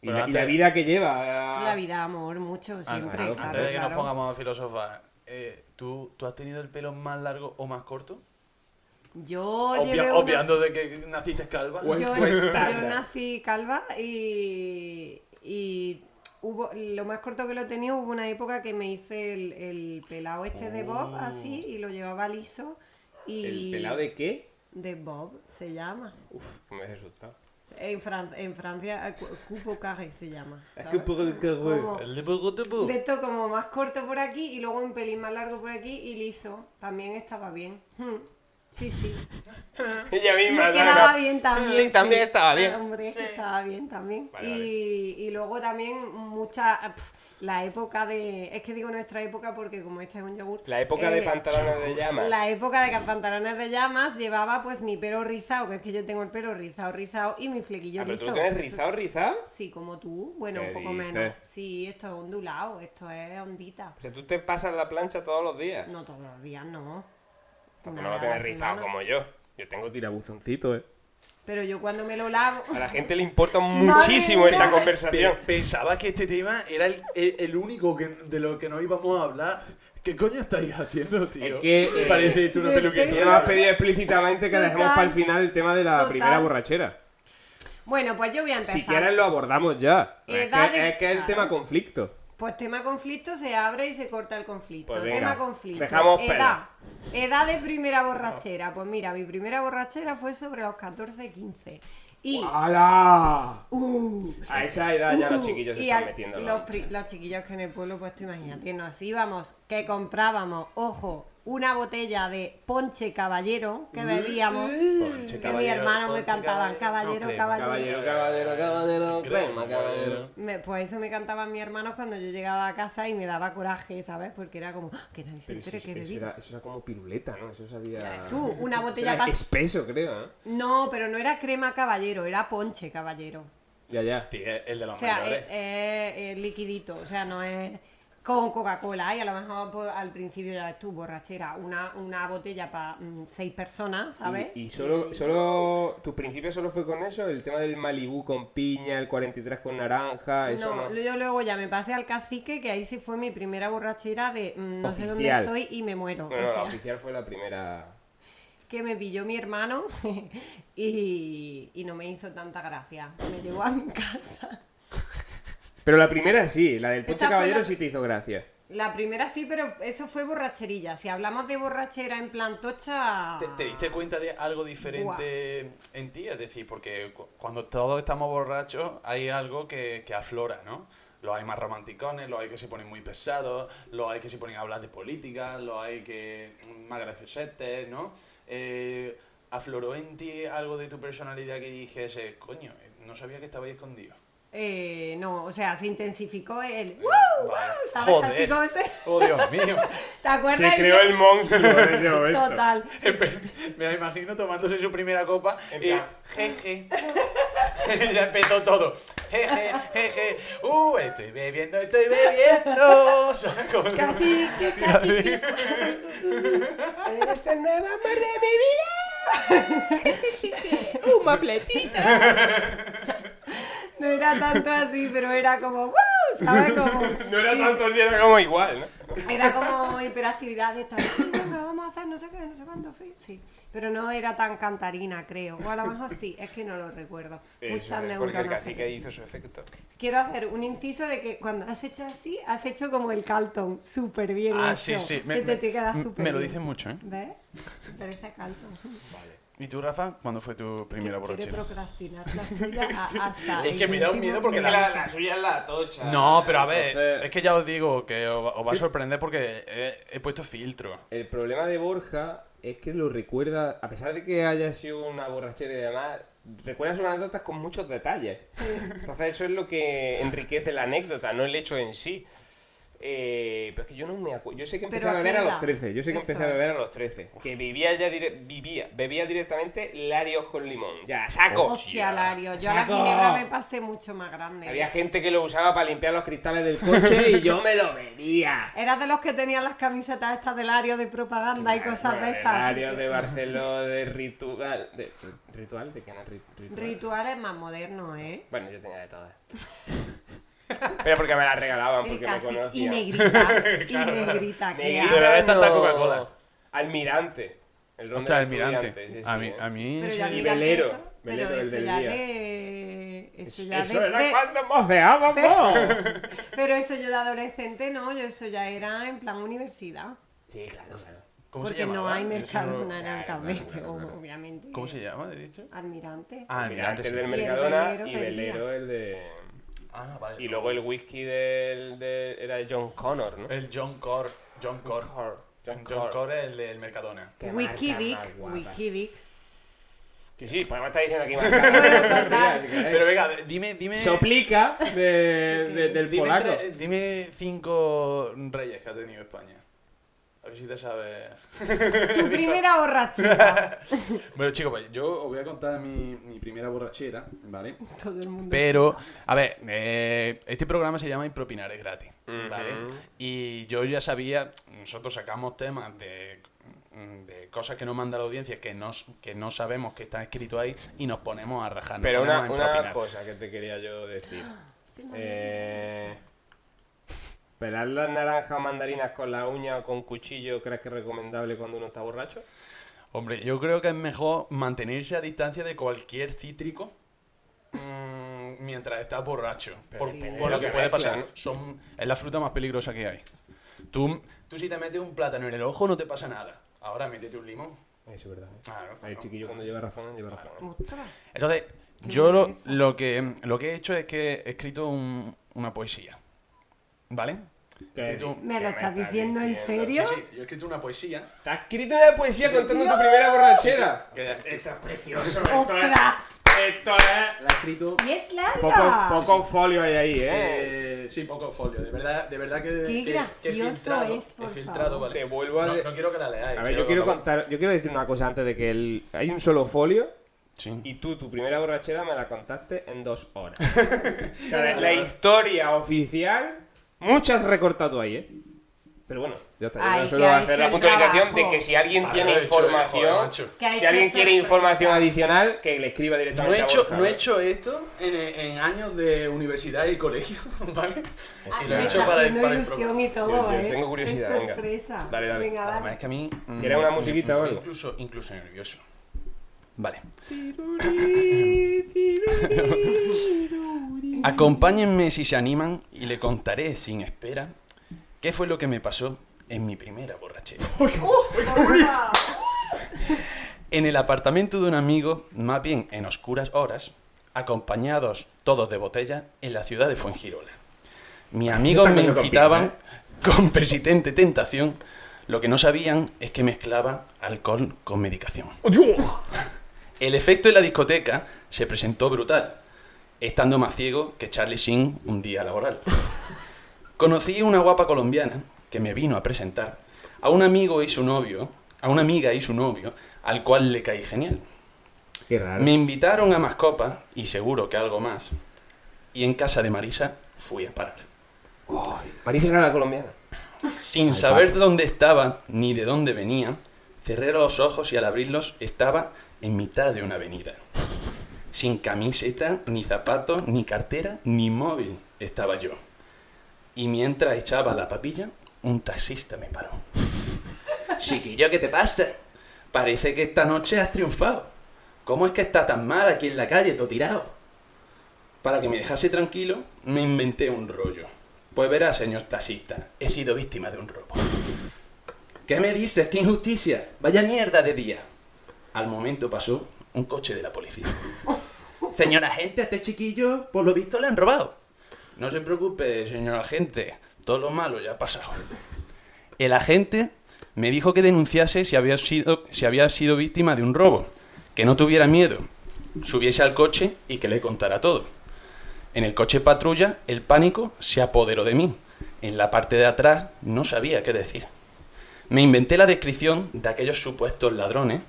[SPEAKER 2] Y,
[SPEAKER 4] Pero
[SPEAKER 2] la, y la
[SPEAKER 4] antes-
[SPEAKER 2] vida que lleva. eh,
[SPEAKER 1] La vida, amor, mucho, siempre. claro,
[SPEAKER 2] claro,
[SPEAKER 4] Ah. Antes de que nos
[SPEAKER 1] claro.
[SPEAKER 4] pongamos a filosofar, eh, ¿tú, ¿tú has tenido el pelo más largo o más corto?
[SPEAKER 1] Yo
[SPEAKER 4] Obvia-
[SPEAKER 1] llevé una-
[SPEAKER 4] Obviando de que naciste calva.
[SPEAKER 2] Pues-
[SPEAKER 1] yo,
[SPEAKER 2] tu
[SPEAKER 1] yo
[SPEAKER 2] estándar.
[SPEAKER 1] nací calva y, y hubo lo más corto que lo he tenido hubo una época que me hice el, el pelado este de Bob
[SPEAKER 2] Oh.
[SPEAKER 1] así y lo llevaba liso y
[SPEAKER 2] ¿El pelado de qué?
[SPEAKER 1] de Bob se llama
[SPEAKER 2] Uf, me he asustado.
[SPEAKER 1] en, Fran- en Francia eh, cu- cupo carré se llama
[SPEAKER 2] Es
[SPEAKER 1] ¿sabes?
[SPEAKER 2] que por el que güey.
[SPEAKER 1] Como-
[SPEAKER 4] El de poco de poco.
[SPEAKER 1] de esto como más corto por aquí y luego un pelín más largo por aquí y liso también estaba bien Hmm. sí sí
[SPEAKER 2] Ella misma,
[SPEAKER 1] Me
[SPEAKER 2] ¿no?
[SPEAKER 1] quedaba bien también.
[SPEAKER 2] Sí, también estaba bien.
[SPEAKER 1] Ah, Hombre, es que estaba bien también.
[SPEAKER 2] Vale,
[SPEAKER 1] y,
[SPEAKER 2] vale.
[SPEAKER 1] y luego también mucha. pf, la época de. Es que digo nuestra época porque como este es un yogur.
[SPEAKER 2] La época de
[SPEAKER 1] eh,
[SPEAKER 2] pantalones de llama.
[SPEAKER 1] La época de pantalones de llamas llevaba pues mi pelo rizado, que es que yo tengo el pelo rizado, rizado y mi flequillo
[SPEAKER 2] Ah, pero tú
[SPEAKER 1] liso.
[SPEAKER 2] lo tienes rizado, rizado.
[SPEAKER 1] Sí, como tú. Bueno,
[SPEAKER 2] ¿Qué
[SPEAKER 1] un poco
[SPEAKER 2] dices?
[SPEAKER 1] menos. Sí, esto es ondulado, esto es ondita.
[SPEAKER 2] O sea, tú te pasas la plancha todos los días.
[SPEAKER 1] No todos los días, no.
[SPEAKER 2] Entonces
[SPEAKER 1] Una
[SPEAKER 2] no
[SPEAKER 1] vez
[SPEAKER 2] lo
[SPEAKER 1] a la
[SPEAKER 2] tienes rizado
[SPEAKER 1] semana.
[SPEAKER 2] como yo. Yo tengo tirabuzoncito, eh.
[SPEAKER 1] Pero yo cuando me lo lavo.
[SPEAKER 2] A la gente le importa muchísimo
[SPEAKER 1] mía.
[SPEAKER 2] esta
[SPEAKER 4] Pe-
[SPEAKER 2] conversación.
[SPEAKER 4] Pensaba que este tema era el, el- el único que- de lo que no íbamos a hablar. ¿Qué coño estáis haciendo, tío?
[SPEAKER 2] Es que, eh,
[SPEAKER 4] Parece hecho una
[SPEAKER 1] de
[SPEAKER 2] Tú
[SPEAKER 4] peluquería.
[SPEAKER 2] nos has pedido explícitamente que dejemos
[SPEAKER 1] Total.
[SPEAKER 2] para el final el tema de la
[SPEAKER 1] Total.
[SPEAKER 2] primera borrachera.
[SPEAKER 1] Bueno, pues yo voy a empezar.
[SPEAKER 2] Si quieres lo abordamos ya.
[SPEAKER 1] Eh,
[SPEAKER 2] Es
[SPEAKER 1] dale-
[SPEAKER 2] que, es que es el
[SPEAKER 1] claro.
[SPEAKER 2] tema conflicto.
[SPEAKER 1] Pues tema conflicto se abre y se corta el conflicto.
[SPEAKER 2] Pues venga,
[SPEAKER 1] tema conflicto.
[SPEAKER 2] dejamos pelo.
[SPEAKER 1] edad. Edad de primera borrachera. Pues mira, mi primera borrachera fue sobre los 14-15. Y.
[SPEAKER 2] ¡Hala!
[SPEAKER 1] ¡Uh!
[SPEAKER 2] A esa edad ya los
[SPEAKER 1] Uh,
[SPEAKER 2] chiquillos se
[SPEAKER 1] y
[SPEAKER 2] están
[SPEAKER 1] al-
[SPEAKER 2] metiendo. en la
[SPEAKER 1] Los,
[SPEAKER 2] ducha.
[SPEAKER 1] pri- los chiquillos que en el pueblo, pues tú imagínate, nos íbamos, que comprábamos, ojo, una botella de ponche caballero que bebíamos.
[SPEAKER 2] Mm, Ponche,
[SPEAKER 1] que mi hermano me cantaban, caballero,
[SPEAKER 4] crema,
[SPEAKER 1] caballero.
[SPEAKER 2] Caballero, caballero, caballero, crema, caballero.
[SPEAKER 1] Me- pues eso me cantaban mis hermanos cuando yo llegaba a casa y me daba coraje, ¿sabes? Porque era como, ¡ah! que nadie se
[SPEAKER 2] Pero eso,
[SPEAKER 1] entere que he
[SPEAKER 2] eso
[SPEAKER 1] bebido.
[SPEAKER 2] era, eso era como piruleta, ¿no? Eso sabía.
[SPEAKER 1] Tú, una
[SPEAKER 2] Eso
[SPEAKER 1] botella
[SPEAKER 2] era
[SPEAKER 1] pas-
[SPEAKER 2] Espeso, creo, ¿eh?
[SPEAKER 1] No, pero no era crema caballero, era ponche caballero.
[SPEAKER 2] Ya, ya.
[SPEAKER 4] el de
[SPEAKER 1] O
[SPEAKER 4] los
[SPEAKER 1] sea, es,
[SPEAKER 2] eh,
[SPEAKER 4] mayores.
[SPEAKER 1] es- es liquidito, o sea, no es con Coca-Cola y a lo mejor pues, al principio ya ves tú, borrachera, una, una botella para seis personas, ¿sabes?
[SPEAKER 2] Y, y solo, solo. ¿Tu principio solo fue con eso? El tema del Malibú con piña, el 43 con naranja, eso no.
[SPEAKER 1] no, yo luego ya me pasé al cacique, que ahí sí fue mi primera borrachera de mm, no sé dónde
[SPEAKER 2] Oficial.
[SPEAKER 1] estoy y me muero.
[SPEAKER 2] Bueno,
[SPEAKER 1] o
[SPEAKER 2] la
[SPEAKER 1] sea.
[SPEAKER 2] oficial fue la primera.
[SPEAKER 1] que me pilló mi hermano y, y no me hizo tanta gracia. Me llevó a mi casa.
[SPEAKER 2] Pero la primera sí, la del Ponche
[SPEAKER 1] Esa fue
[SPEAKER 2] Caballero
[SPEAKER 1] la-
[SPEAKER 2] sí te hizo gracia.
[SPEAKER 1] La primera sí, pero eso fue borracherilla. Si hablamos de borrachera en plan tocha...
[SPEAKER 4] ¿Te, te diste cuenta de algo diferente en ti? Es decir, porque cu- cuando todos estamos borrachos hay algo que, que aflora, ¿no? Los hay más romanticones, los hay que se ponen muy pesados, los hay que se ponen a hablar de política, los hay que mm, más graciosetes, ¿no? Eh, ¿Afloró en ti algo de tu personalidad que dijese, coño, eh, no sabía que estabais escondido?
[SPEAKER 1] Eh, no, o sea, se intensificó el... ¡Woo! ¡Woo!
[SPEAKER 4] Vale.
[SPEAKER 1] ¿Sabes? Así
[SPEAKER 4] Joder.
[SPEAKER 1] como ese-
[SPEAKER 4] Oh, Dios mío.
[SPEAKER 1] ¿Te acuerdas?
[SPEAKER 2] Se creó el monstruo en ese momento.
[SPEAKER 1] Total.
[SPEAKER 4] Me la imagino tomándose su primera copa
[SPEAKER 2] En
[SPEAKER 4] y
[SPEAKER 2] plan,
[SPEAKER 4] jeje. ya empezó todo. Jeje, jeje. Uh, estoy bebiendo, estoy bebiendo. ¿Sabes cómo?
[SPEAKER 2] Cacique,
[SPEAKER 4] cacique.
[SPEAKER 2] Eres el nuevo amor de mi vida. Un mafletito.
[SPEAKER 1] No era tanto así, pero era como... ¡Woo! ¿Sabes? Como...
[SPEAKER 2] No era tanto si era como igual, ¿no?
[SPEAKER 1] Era como hiperactividad de esta. Sí, venga, vamos a hacer no sé qué, no sé cuándo. sí, Sí. Pero no era tan cantarina, creo. O a lo mejor sí, es que no lo recuerdo.
[SPEAKER 2] Eso
[SPEAKER 1] Muchas
[SPEAKER 2] es, porque el
[SPEAKER 1] neuronas.
[SPEAKER 2] cacique hizo su efecto.
[SPEAKER 1] Quiero hacer un inciso de que cuando has hecho así, has hecho como el calton. Súper bien.
[SPEAKER 4] Ah,
[SPEAKER 1] hecho.
[SPEAKER 4] sí, sí.
[SPEAKER 1] Que
[SPEAKER 4] Me,
[SPEAKER 1] te,
[SPEAKER 4] me-
[SPEAKER 1] te queda
[SPEAKER 4] me-
[SPEAKER 1] súper
[SPEAKER 4] me lo
[SPEAKER 1] bien.
[SPEAKER 4] dicen mucho, ¿eh?
[SPEAKER 1] ¿Ves? Se Parece calton.
[SPEAKER 4] ¿Y tú, Rafa, cuándo fue tu primera
[SPEAKER 1] Quiere
[SPEAKER 4] borrachera?
[SPEAKER 1] procrastinar la suya a- hasta.
[SPEAKER 4] Es
[SPEAKER 1] el
[SPEAKER 4] que me da un
[SPEAKER 1] último
[SPEAKER 4] miedo porque
[SPEAKER 2] Es que la, la suya es la tocha.
[SPEAKER 4] No, pero a ver,
[SPEAKER 2] Entonces,
[SPEAKER 4] es que ya os digo que os, os va a sorprender porque he, he puesto filtro.
[SPEAKER 2] El problema de Borja es que lo recuerda, a pesar de que haya sido una borrachera y demás, recuerda sus anécdotas con muchos detalles. Entonces eso es lo que enriquece la anécdota, no el hecho en sí. Eh, pero es que yo no me acuerdo. Yo sé que empecé
[SPEAKER 1] Pero
[SPEAKER 2] a beber a
[SPEAKER 1] acuerda.
[SPEAKER 2] los 13. Yo sé que
[SPEAKER 1] Eso
[SPEAKER 2] empecé a
[SPEAKER 1] es.
[SPEAKER 2] beber a los 13. Que vivía ya dire- vivía, bebía directamente Larios con limón. Ya, saco.
[SPEAKER 1] Hostia, Lario. Yo a la
[SPEAKER 2] Saco.
[SPEAKER 1] ginebra me pasé mucho más grande. ¿eh?
[SPEAKER 2] Había gente que lo usaba para limpiar los cristales del coche y yo me lo bebía.
[SPEAKER 1] Eras de los que tenían las camisetas estas del Ario de propaganda y cosas de esas.
[SPEAKER 2] Varios de Barcelona, de Ritual. De, ¿Ritual? ¿De qué era? Ri- Ritual.
[SPEAKER 1] Rituales más modernos, ¿eh?
[SPEAKER 2] Bueno, yo tenía de todas. Pero porque me las regalaban,
[SPEAKER 1] El
[SPEAKER 2] porque me
[SPEAKER 1] cacique y
[SPEAKER 2] conocían.
[SPEAKER 1] negrita. y negrita, que
[SPEAKER 2] Negrita,
[SPEAKER 4] De verdad, esta está
[SPEAKER 2] no.
[SPEAKER 4] Coca-Cola.
[SPEAKER 2] Almirante. El ron
[SPEAKER 4] Ostras,
[SPEAKER 2] de
[SPEAKER 4] el mirante.
[SPEAKER 2] estudiantes, sí, sí,
[SPEAKER 4] a mí,
[SPEAKER 2] eh.
[SPEAKER 4] a mí
[SPEAKER 1] Pero
[SPEAKER 4] sí.
[SPEAKER 1] ya
[SPEAKER 2] y
[SPEAKER 1] mira
[SPEAKER 2] velero,
[SPEAKER 1] eso,
[SPEAKER 2] velero
[SPEAKER 1] pero
[SPEAKER 2] el
[SPEAKER 1] eso
[SPEAKER 2] del
[SPEAKER 1] ya
[SPEAKER 2] día.
[SPEAKER 1] de. Eso ya
[SPEAKER 2] Eso
[SPEAKER 1] de-
[SPEAKER 2] era
[SPEAKER 1] de-
[SPEAKER 2] cuando ¡Oh! moceábamos.
[SPEAKER 1] Pero eso yo de adolescente no, yo eso ya era en plan universidad.
[SPEAKER 2] sí, claro, claro.
[SPEAKER 4] ¿Cómo se
[SPEAKER 1] porque
[SPEAKER 4] llama?
[SPEAKER 1] no hay
[SPEAKER 4] mercado.
[SPEAKER 1] mercadona en
[SPEAKER 2] claro,
[SPEAKER 1] Alcabete,
[SPEAKER 2] claro, claro, claro.
[SPEAKER 1] obviamente.
[SPEAKER 4] ¿Cómo se llama? ¿He dicho?
[SPEAKER 1] Almirante.
[SPEAKER 4] Ah,
[SPEAKER 2] Almirante
[SPEAKER 4] sí.
[SPEAKER 2] del
[SPEAKER 1] Y el
[SPEAKER 2] Mercadona
[SPEAKER 1] velero
[SPEAKER 2] y
[SPEAKER 1] del
[SPEAKER 2] velero el de.
[SPEAKER 4] Ah, vale.
[SPEAKER 2] Y luego el whisky del. del- era de John Connor, ¿no?
[SPEAKER 4] El John Cor. John Cor.
[SPEAKER 2] John
[SPEAKER 4] John,
[SPEAKER 2] Cor.
[SPEAKER 4] Cor es el del Mercadona.
[SPEAKER 2] Qué marca
[SPEAKER 1] Wikidic,
[SPEAKER 2] más guapa.
[SPEAKER 1] Wikidic.
[SPEAKER 2] Sí, sí, pues me está diciendo aquí.
[SPEAKER 1] Bueno, total.
[SPEAKER 4] Pero venga, dime, dime.
[SPEAKER 2] Soplica de, de- del
[SPEAKER 4] dime,
[SPEAKER 2] polaco.
[SPEAKER 4] tre- dime cinco reyes que ha tenido España. A ver si te sabes.
[SPEAKER 1] Tu primera borrachera.
[SPEAKER 4] Bueno, chicos, pues yo os voy a contar mi, mi primera borrachera, ¿vale?
[SPEAKER 1] Todo el mundo.
[SPEAKER 4] Pero, a ver, eh, este programa se llama Impropinares gratis, ¿vale?
[SPEAKER 2] Ujú.
[SPEAKER 4] Y yo ya sabía, nosotros sacamos temas de, de cosas que nos manda la audiencia que no, que no sabemos que están escritos ahí y nos ponemos a rajar. nos
[SPEAKER 2] Pero una,
[SPEAKER 4] ponemos a
[SPEAKER 2] una
[SPEAKER 4] impropinar.
[SPEAKER 2] cosa que te quería yo decir.
[SPEAKER 1] Sí, no,
[SPEAKER 2] Eh, ¿Pelar las naranjas o mandarinas con la uña o con cuchillo crees que es recomendable cuando uno está borracho?
[SPEAKER 4] Hombre, yo creo que es mejor mantenerse a distancia de cualquier cítrico mm, mientras estás borracho. Por,
[SPEAKER 2] sí.
[SPEAKER 4] por
[SPEAKER 2] Depende de lo
[SPEAKER 4] lo que
[SPEAKER 2] que
[SPEAKER 4] puede
[SPEAKER 2] mezclas,
[SPEAKER 4] pasar.
[SPEAKER 2] ¿no?
[SPEAKER 4] Son, es la fruta más peligrosa que hay. Tú, tú si te metes un plátano en el ojo no te pasa nada. Ahora métete un limón.
[SPEAKER 2] Eso es verdad.
[SPEAKER 4] Claro,
[SPEAKER 2] El
[SPEAKER 4] claro.
[SPEAKER 2] chiquillo cuando lleva razón, lleva razón.
[SPEAKER 1] Ostras.
[SPEAKER 4] Entonces, yo lo,
[SPEAKER 1] buena esa.
[SPEAKER 4] lo que, lo que he hecho es que he escrito un- una poesía. ¿Vale?
[SPEAKER 2] ¿Qué
[SPEAKER 4] Sí, tú-
[SPEAKER 2] di-
[SPEAKER 1] ¿Me
[SPEAKER 2] qué
[SPEAKER 1] lo estás diciendo en
[SPEAKER 4] Sí,
[SPEAKER 1] serio?
[SPEAKER 4] sí, yo he escrito una poesía.
[SPEAKER 2] ¿Te has escrito una poesía contando tu primera borrachera?
[SPEAKER 4] Que-
[SPEAKER 2] Esto es precioso.
[SPEAKER 1] ¡Ostras!
[SPEAKER 2] Esto es...
[SPEAKER 4] La he escrito.
[SPEAKER 1] ¡Y es
[SPEAKER 2] Poco,
[SPEAKER 1] larga!
[SPEAKER 2] poco folio hay ahí, ¿eh?
[SPEAKER 4] Eh, sí, poco folio. De verdad, de verdad que,
[SPEAKER 1] Qué
[SPEAKER 4] que- que he
[SPEAKER 1] gracioso
[SPEAKER 4] filtrado.
[SPEAKER 1] es, por
[SPEAKER 4] he filtrado,
[SPEAKER 1] favor.
[SPEAKER 4] vale.
[SPEAKER 2] Te vuelvo a
[SPEAKER 4] No,
[SPEAKER 2] de-
[SPEAKER 4] no quiero que la leáis.
[SPEAKER 2] A ver, yo quiero contar, yo quiero decir una cosa antes de que el... hay un solo folio
[SPEAKER 4] Sí.
[SPEAKER 2] y tú tu primera borrachera me la contaste en dos horas. o sea, la, la historia oficial, muchas recortas tú ahí, ¿eh? Pero bueno, ya está.
[SPEAKER 1] Ay,
[SPEAKER 2] yo
[SPEAKER 1] que
[SPEAKER 2] solo
[SPEAKER 1] ha
[SPEAKER 2] hacer
[SPEAKER 1] hecho
[SPEAKER 2] la
[SPEAKER 1] el
[SPEAKER 2] puntualización de
[SPEAKER 1] trabajo.
[SPEAKER 2] que si alguien
[SPEAKER 4] Ah,
[SPEAKER 2] tiene
[SPEAKER 4] lo he hecho, joder,
[SPEAKER 2] información,
[SPEAKER 4] macho.
[SPEAKER 1] Que ha
[SPEAKER 2] si
[SPEAKER 1] hecho
[SPEAKER 2] alguien
[SPEAKER 1] eso,
[SPEAKER 2] quiere
[SPEAKER 1] pues,
[SPEAKER 2] información
[SPEAKER 1] ya.
[SPEAKER 2] adicional, que le escriba
[SPEAKER 4] No
[SPEAKER 2] directamente
[SPEAKER 4] he,
[SPEAKER 2] a
[SPEAKER 4] hecho,
[SPEAKER 2] Borja,
[SPEAKER 4] no he hecho esto en, en años de universidad y colegio, ¿vale?
[SPEAKER 1] Ay,
[SPEAKER 4] Y lo he
[SPEAKER 1] Ah, me
[SPEAKER 4] hecho
[SPEAKER 1] está
[SPEAKER 4] para el,
[SPEAKER 1] haciendo
[SPEAKER 4] para el
[SPEAKER 1] ilusión
[SPEAKER 4] programa.
[SPEAKER 1] y todo,
[SPEAKER 2] Yo- yo
[SPEAKER 1] ¿eh?
[SPEAKER 2] tengo curiosidad,
[SPEAKER 1] Qué
[SPEAKER 2] venga.
[SPEAKER 1] sorpresa.
[SPEAKER 2] Dale, dale.
[SPEAKER 1] Venga, dale.
[SPEAKER 4] Además es que a mí... mm,
[SPEAKER 2] ¿Quieres una musiquita o algo?
[SPEAKER 4] Incluso, incluso nervioso. Vale. Acompáñenme si se animan y le contaré sin espera qué fue lo que me pasó en mi primera borrachera. En el apartamento de un amigo, más bien en oscuras horas, acompañados todos de botella en la ciudad de Fuengirola. Mis amigos
[SPEAKER 2] está
[SPEAKER 4] me
[SPEAKER 2] cogiendo con
[SPEAKER 4] incitaban con persistente tentación. Lo que no sabían es que mezclaba alcohol con medicación. El efecto en la discoteca se presentó brutal, estando más ciego que Charlie Sheen un día laboral. Conocí una guapa colombiana que me vino a presentar a un amigo y su novio, a una amiga y su novio, al cual le caí genial.
[SPEAKER 2] Qué raro.
[SPEAKER 4] Me invitaron a más copas y seguro que algo más. Y en casa de Marisa fui a parar.
[SPEAKER 2] París era la colombiana.
[SPEAKER 4] Sin saber dónde estaba ni de dónde venía, cerré los ojos y al abrirlos estaba en mitad de una avenida. Sin camiseta, ni zapatos, ni cartera, ni móvil estaba yo. Y mientras echaba la papilla, un taxista me paró. Chiquillo, ¿qué te pasa? Parece que esta noche has triunfado. ¿Cómo es que está tan mal aquí en la calle, todo tirado? Para que me dejase tranquilo, me inventé un rollo. Pues verá, señor taxista, he sido víctima de un robo. ¿Qué me dices? ¡Qué injusticia! ¡Vaya mierda de día! Al momento pasó un coche de la policía. Señor agente, a este chiquillo, por lo visto le han robado. No se preocupe, señor agente, todo lo malo ya ha pasado. El agente me dijo que denunciase si había sido, si había sido víctima de un robo, que no tuviera miedo, subiese al coche y que le contara todo. En el coche patrulla, el pánico se apoderó de mí. En la parte de atrás no sabía qué decir. Me inventé la descripción de aquellos supuestos ladrones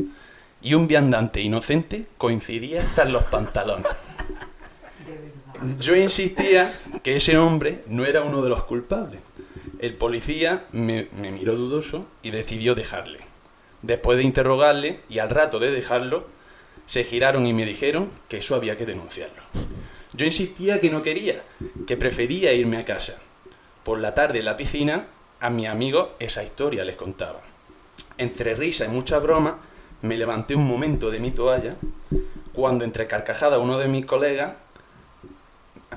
[SPEAKER 4] y un viandante inocente coincidía hasta en los pantalones. Yo insistía que ese hombre no era uno de los culpables. El policía me, me miró dudoso y decidió dejarle. Después de interrogarle y al rato de dejarlo, se giraron y me dijeron que eso había que denunciarlo. Yo insistía que no quería, que prefería irme a casa. Por la tarde en la piscina, a mi amigo esa historia les contaba. Entre risa y mucha broma, me levanté un momento de mi toalla, cuando entre carcajada uno de mis colegas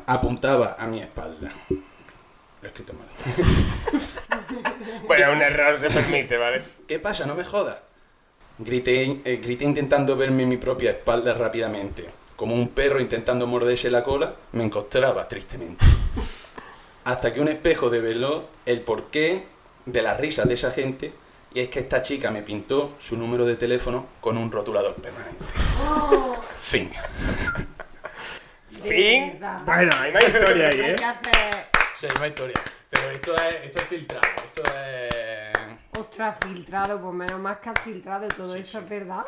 [SPEAKER 4] apuntaba a mi espalda. Lo he escrito mal.
[SPEAKER 2] Bueno, un error se permite, ¿vale?
[SPEAKER 4] ¿Qué pasa? No me jodas. Grité, eh, grité intentando verme mi propia espalda rápidamente. Como un perro intentando morderse la cola, me encontraba tristemente. Hasta que un espejo develó el porqué de las risas de esa gente, y es que esta chica me pintó su número de teléfono con un rotulador permanente. Fin.
[SPEAKER 2] Fin.
[SPEAKER 1] verdad.
[SPEAKER 2] Bueno, hay más historia ahí,
[SPEAKER 1] Hay
[SPEAKER 2] ¿eh?
[SPEAKER 1] que hacer...
[SPEAKER 4] Sí, una historia. Pero esto es, esto es filtrado, esto es...
[SPEAKER 1] Ostras, filtrado, pues menos más que has filtrado todo eso, es verdad.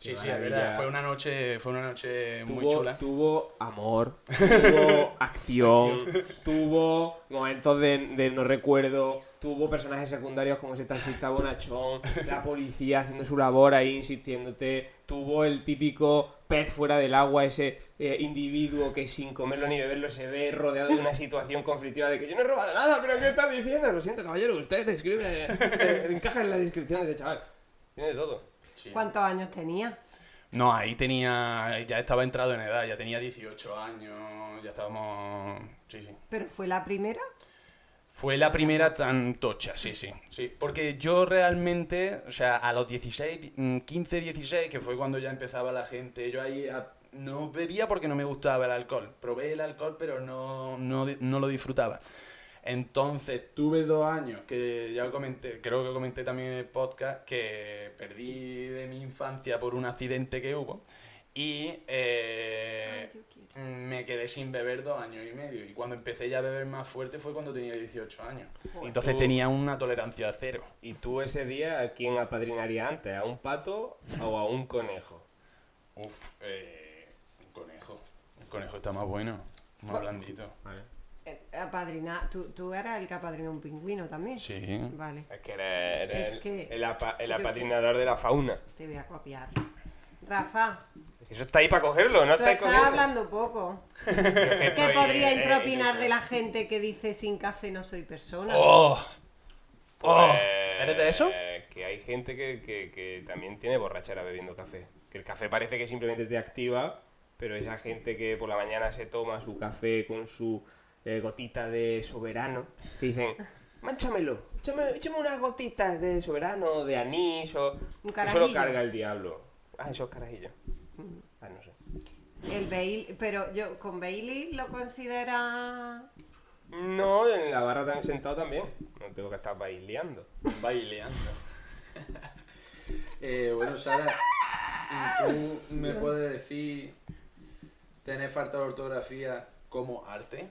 [SPEAKER 4] Sí, sí, es
[SPEAKER 2] maravilla.
[SPEAKER 4] verdad. Fue una noche, fue una noche muy chula.
[SPEAKER 2] tuvo amor, tuvo acción, tuvo momentos de, de no recuerdo, tuvo personajes secundarios como ese taxista bonachón, la policía haciendo su labor ahí insistiéndote, tuvo el típico pez fuera del agua, ese eh, individuo que sin comerlo ni beberlo se ve rodeado de una situación conflictiva de que yo no he robado nada, pero ¿qué estás diciendo? Lo siento, caballero, usted describe, eh, encaja en la descripción de ese chaval. Tiene de todo.
[SPEAKER 1] ¿Cuántos años tenía?
[SPEAKER 4] No, ahí tenía. Ya estaba entrado en edad, ya tenía 18 años, ya estábamos. Sí, sí.
[SPEAKER 1] ¿Pero fue la primera?
[SPEAKER 4] Fue la primera tan tocha, sí, sí. sí. Porque yo realmente, o sea, a los 16, mm, 15, 16, que fue cuando ya empezaba la gente, yo ahí a- no bebía porque no me gustaba el alcohol. Probé el alcohol, pero no, no, di- no lo disfrutaba. Entonces tuve dos años que ya lo comenté, creo que comenté también en el podcast, que perdí de mi infancia por un accidente que hubo. Y
[SPEAKER 1] Ay,
[SPEAKER 4] eh,
[SPEAKER 1] yo quiero.
[SPEAKER 4] me quedé sin beber dos años y medio. Y cuando empecé ya a beber más fuerte fue cuando tenía 18 años. Entonces
[SPEAKER 2] Tú-
[SPEAKER 4] tenía una tolerancia a cero.
[SPEAKER 2] ¿Y tú ese día a quién apadrinaría antes? ¿A un pato o a un conejo?
[SPEAKER 4] Uf, eh, un conejo. El conejo está más bueno, más blandito.
[SPEAKER 1] Eh, apadrinar. Tú, tú eras el que apadrinó un pingüino también.
[SPEAKER 4] Sí.
[SPEAKER 1] Vale,
[SPEAKER 2] Es que eres, eres
[SPEAKER 1] Es que-
[SPEAKER 2] el, apa- el
[SPEAKER 1] yo-
[SPEAKER 2] apadrinador de la fauna.
[SPEAKER 1] te voy a copiar. Rafa,
[SPEAKER 2] Eso está ahí para cogerlo, no
[SPEAKER 1] tú
[SPEAKER 2] estáis
[SPEAKER 1] estás
[SPEAKER 2] cogiendo.
[SPEAKER 1] hablando poco.
[SPEAKER 2] ¿Qué
[SPEAKER 1] ¿Qué
[SPEAKER 4] eh,
[SPEAKER 1] podría impropinar de la gente que dice sin café no soy persona?
[SPEAKER 4] ¡Oh! ¡Oh! ¿Eres de eso?
[SPEAKER 2] Eh, Que hay gente que, que- que también tiene borrachera bebiendo café. Que el café parece que simplemente te activa, pero esa gente que por la mañana se toma su café con su eh, gotita de soberano, que dicen, mánchamelo, échame, échame unas gotitas de soberano, de anís o... Eso lo
[SPEAKER 1] carajillo.
[SPEAKER 2] carga el diablo. Ah, eso es carajillo. Ah, no sé.
[SPEAKER 1] El Bailey, pero yo con Bailey lo considera.
[SPEAKER 2] No, en la barra tan sentado también. No tengo que estar baileando.
[SPEAKER 3] Baileando.
[SPEAKER 5] Eh, bueno, Sara, ¿y ¿tú me puedes decir tener falta de ortografía como arte?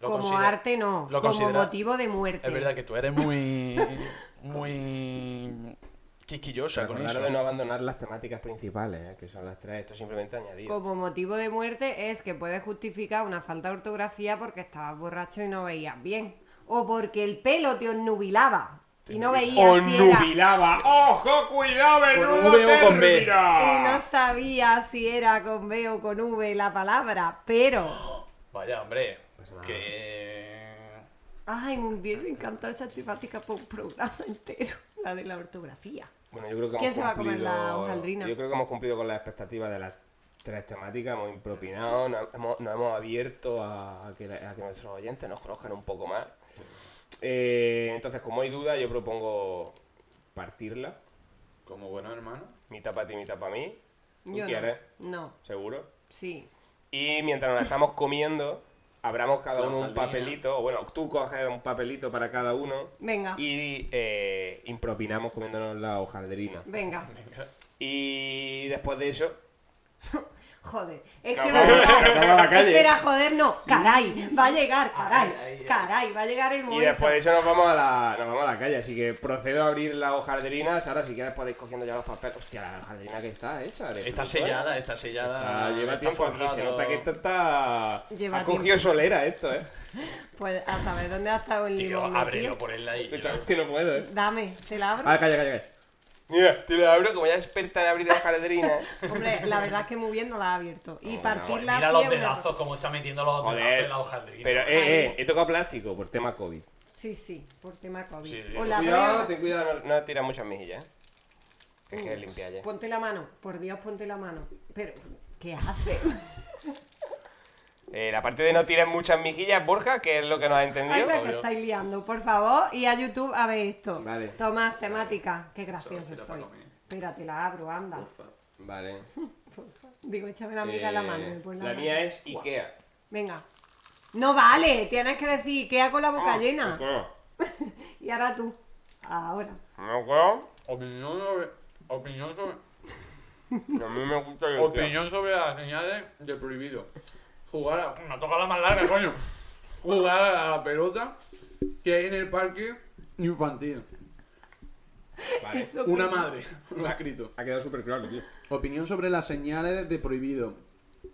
[SPEAKER 4] Lo
[SPEAKER 1] como
[SPEAKER 4] considera-
[SPEAKER 1] arte no,
[SPEAKER 4] lo
[SPEAKER 1] como
[SPEAKER 4] considera-
[SPEAKER 1] motivo de muerte.
[SPEAKER 4] Es verdad que tú eres muy. muy. quisquillosa con
[SPEAKER 2] Acordaros
[SPEAKER 4] eso.
[SPEAKER 2] de no abandonar las temáticas principales, eh, que son las tres. Esto simplemente añadido.
[SPEAKER 1] Como motivo de muerte es que puedes justificar una falta de ortografía porque estabas borracho y no veías bien. O porque el pelo te onnubilaba y no veías
[SPEAKER 2] O
[SPEAKER 1] si era-
[SPEAKER 2] nubilaba. ¡Ojo, cuidado, menudo
[SPEAKER 4] V o con B.
[SPEAKER 2] término!
[SPEAKER 3] Ah.
[SPEAKER 1] Y Eh, no sabía si era con B o con V la palabra, pero...
[SPEAKER 3] Vaya, hombre.
[SPEAKER 2] Pues nada.
[SPEAKER 3] Que.
[SPEAKER 1] Ay, me hubiese encantado esa temática por un programa entero, la de la ortografía.
[SPEAKER 2] Bueno, yo creo que
[SPEAKER 1] ¿Quién
[SPEAKER 2] hemos
[SPEAKER 1] se va a comer
[SPEAKER 2] cumplido-
[SPEAKER 1] la hojaldrina?
[SPEAKER 2] Yo creo que hemos cumplido con las expectativas de las tres temáticas, hemos impropinado, nos hemos, nos hemos abierto a, a que, la- a que nuestros oyentes nos conozcan un poco más. Eh, entonces, como hay duda, yo propongo partirla,
[SPEAKER 3] Como bueno hermano.
[SPEAKER 2] mitad para ti, mitad para mí. ¿Tú
[SPEAKER 1] Yo no.
[SPEAKER 2] quieres?
[SPEAKER 1] No,
[SPEAKER 2] Seguro.
[SPEAKER 1] sí.
[SPEAKER 2] Y mientras nos la estamos comiendo, abramos cada
[SPEAKER 3] La
[SPEAKER 2] uno un
[SPEAKER 3] hojaldrina.
[SPEAKER 2] papelito, o bueno, tú coges un papelito para cada uno.
[SPEAKER 1] Venga,
[SPEAKER 2] Y eh, impropinamos comiéndonos la hojaldrina.
[SPEAKER 1] venga.
[SPEAKER 2] Y después de eso.
[SPEAKER 1] Joder, es que
[SPEAKER 2] Cabrón,
[SPEAKER 1] va a
[SPEAKER 2] cabrón a la
[SPEAKER 1] llegar.
[SPEAKER 2] calle.
[SPEAKER 1] Espera, joder, no, caray, va a llegar, caray,
[SPEAKER 3] Ay, ay, ay.
[SPEAKER 1] caray, va a llegar el
[SPEAKER 2] Y
[SPEAKER 1] momento.
[SPEAKER 2] después de eso nos vamos a la, nos vamos a la calle. Así que procedo a abrir la hojaldrina. Ahora, si quieres, podéis cogiendo ya los papeles. Hostia, la hojaldrina que está hecha. de
[SPEAKER 3] Está
[SPEAKER 2] puta.
[SPEAKER 3] sellada, está sellada.
[SPEAKER 2] Ah, lleva
[SPEAKER 3] está
[SPEAKER 2] tiempo aquí. Se
[SPEAKER 3] forjado.
[SPEAKER 2] nota que esto está.
[SPEAKER 1] Lleva
[SPEAKER 2] ha cogido
[SPEAKER 1] tiempo.
[SPEAKER 2] solera esto, eh.
[SPEAKER 1] Pues a saber dónde ha estado el
[SPEAKER 3] Tío,
[SPEAKER 1] limón.
[SPEAKER 3] ábrelo
[SPEAKER 1] metido.
[SPEAKER 3] por el ladillo.
[SPEAKER 2] Escucha, que no puedo, eh.
[SPEAKER 1] Dame, ¿te la abro?
[SPEAKER 2] Ah, calla, calla, calla. Mira, te la abro como ya experta en abrir la hojaldrina.
[SPEAKER 1] Hombre, la verdad es que muy bien no la ha abierto. Y
[SPEAKER 2] Oh,
[SPEAKER 1] partirla
[SPEAKER 3] Mira
[SPEAKER 1] así
[SPEAKER 3] los
[SPEAKER 1] es una-
[SPEAKER 3] dedazos, como está metiendo los dedazos
[SPEAKER 2] Joder.
[SPEAKER 3] en la hojaldrina.
[SPEAKER 2] Pero, eh, eh, he tocado plástico por tema COVID.
[SPEAKER 1] Sí, sí, por tema COVID.
[SPEAKER 3] Sí, sí.
[SPEAKER 1] O la
[SPEAKER 2] Cuidado,
[SPEAKER 1] veo-
[SPEAKER 2] ten cuidado, no, no tiras muchas mejillas. eh. Que hay que
[SPEAKER 1] Mm.
[SPEAKER 2] limpiar ya.
[SPEAKER 1] Ponte la mano, por Dios, ponte la mano. Pero, ¿qué hace?
[SPEAKER 2] Eh, la parte de no tirar muchas mejillas, Borja, que es lo que nos ha
[SPEAKER 1] Ay,
[SPEAKER 2] entendido.
[SPEAKER 1] la que estáis liando, por favor. Y a YouTube a ver esto.
[SPEAKER 2] Vale.
[SPEAKER 1] Tomás, temática. Qué
[SPEAKER 3] Solo
[SPEAKER 1] gracioso
[SPEAKER 3] será
[SPEAKER 1] soy.
[SPEAKER 3] para comer.
[SPEAKER 1] Espérate, la abro, anda.
[SPEAKER 2] Vale.
[SPEAKER 1] Digo, échame la miga a la mano. me pon la
[SPEAKER 2] Eh, la
[SPEAKER 1] mano.
[SPEAKER 2] mía es Ikea.
[SPEAKER 1] Venga. No vale, tienes que decir ¿qué hago la
[SPEAKER 2] Ah,
[SPEAKER 1] boca llena. Y ahora tú. Ahora.
[SPEAKER 2] No creo.
[SPEAKER 4] Opinión sobre. Opinión sobre.
[SPEAKER 2] A mí me gusta el Ikea.
[SPEAKER 4] Opinión sobre las señales de prohibido. Jugar a. Una toca la más larga, coño. Jugar a la pelota que hay en el parque infantil.
[SPEAKER 2] Vale.
[SPEAKER 1] Eso
[SPEAKER 4] Una
[SPEAKER 1] que-
[SPEAKER 4] madre lo ha escrito.
[SPEAKER 2] Ha quedado súper claro, tío.
[SPEAKER 5] Opinión sobre las señales de prohibido.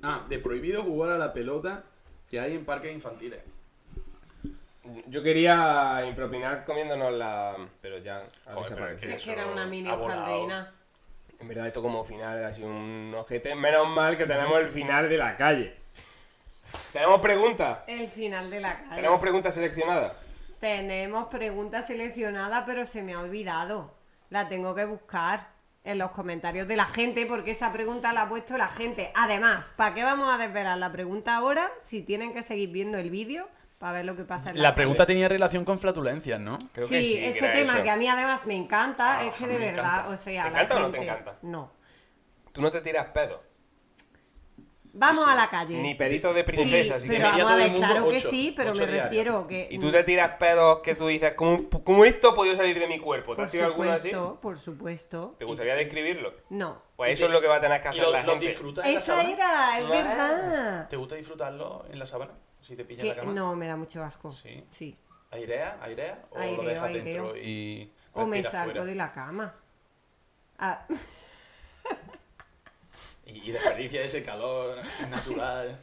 [SPEAKER 5] Ah, de prohibido jugar a la pelota que hay en parques infantiles.
[SPEAKER 2] Yo quería impropinar comiéndonos la... Pero ya, ha
[SPEAKER 3] Joder, pero
[SPEAKER 2] desaparecido.
[SPEAKER 3] es
[SPEAKER 1] Es que era una mini
[SPEAKER 3] Ha volado.
[SPEAKER 1] hojaldrina.
[SPEAKER 2] En verdad, esto como final ha sido un ojete. Menos mal que tenemos el final de la calle. ¿Tenemos preguntas?
[SPEAKER 1] El final de la calle.
[SPEAKER 2] ¿Tenemos preguntas seleccionadas?
[SPEAKER 1] Tenemos pregunta seleccionada, pero se me ha olvidado. La tengo que buscar en los comentarios de la gente, porque esa pregunta la ha puesto la gente. Además, ¿para qué vamos a desvelar la pregunta ahora si tienen que seguir viendo el vídeo para ver lo que pasa en la,
[SPEAKER 4] La pregunta tenía relación con flatulencias, ¿no?
[SPEAKER 2] Creo
[SPEAKER 1] sí,
[SPEAKER 2] que sí, que
[SPEAKER 1] ese
[SPEAKER 2] era
[SPEAKER 1] tema
[SPEAKER 2] eso.
[SPEAKER 1] que a mí además me encanta,
[SPEAKER 3] Ah,
[SPEAKER 1] es que
[SPEAKER 3] a
[SPEAKER 1] de
[SPEAKER 3] mí me
[SPEAKER 1] verdad,
[SPEAKER 3] encanta.
[SPEAKER 1] o sea,
[SPEAKER 2] ¿Te
[SPEAKER 1] la
[SPEAKER 2] encanta o no te
[SPEAKER 1] gente-
[SPEAKER 2] encanta?
[SPEAKER 1] No.
[SPEAKER 2] Tú no te tiras pedos.
[SPEAKER 1] Vamos a la calle.
[SPEAKER 2] Ni peditos de
[SPEAKER 1] Sí,
[SPEAKER 2] princesa, así que...
[SPEAKER 1] pero
[SPEAKER 3] debería
[SPEAKER 1] vamos
[SPEAKER 3] todo
[SPEAKER 1] a
[SPEAKER 3] el
[SPEAKER 1] ver,
[SPEAKER 3] mundo
[SPEAKER 1] claro que
[SPEAKER 3] ocho,
[SPEAKER 1] sí, pero
[SPEAKER 3] ocho
[SPEAKER 1] me
[SPEAKER 3] diarias.
[SPEAKER 1] refiero que mm,
[SPEAKER 2] Y tú te tiras pedos que tú dices, ¿cómo, cómo esto ha podido salir de mi cuerpo? ¿Te
[SPEAKER 1] por
[SPEAKER 2] has tirado alguno así?
[SPEAKER 1] supuesto, por supuesto.
[SPEAKER 2] ¿Te gustaría describirlo?
[SPEAKER 1] No.
[SPEAKER 2] Pues eso es lo que va a tener que
[SPEAKER 3] ¿Y
[SPEAKER 2] hacer
[SPEAKER 3] lo,
[SPEAKER 2] la
[SPEAKER 3] lo
[SPEAKER 2] gente.
[SPEAKER 3] disfrutas en la
[SPEAKER 1] Eso
[SPEAKER 3] sábana?
[SPEAKER 1] era, es
[SPEAKER 2] Ah.
[SPEAKER 1] verdad.
[SPEAKER 4] ¿Te gusta disfrutarlo en la sábana? Si te pilla en
[SPEAKER 1] Que-
[SPEAKER 4] la cama.
[SPEAKER 1] no, me da mucho asco.
[SPEAKER 4] Sí.
[SPEAKER 1] Sí.
[SPEAKER 4] ¿Airea? ¿Airea? ¿O
[SPEAKER 1] Aireo,
[SPEAKER 4] lo dejas
[SPEAKER 1] aireo.
[SPEAKER 4] dentro y.?
[SPEAKER 1] O me
[SPEAKER 4] respiras
[SPEAKER 1] salgo
[SPEAKER 4] fuera?
[SPEAKER 1] de la cama. Ah,
[SPEAKER 3] Y, y desperdicia ese calor natural.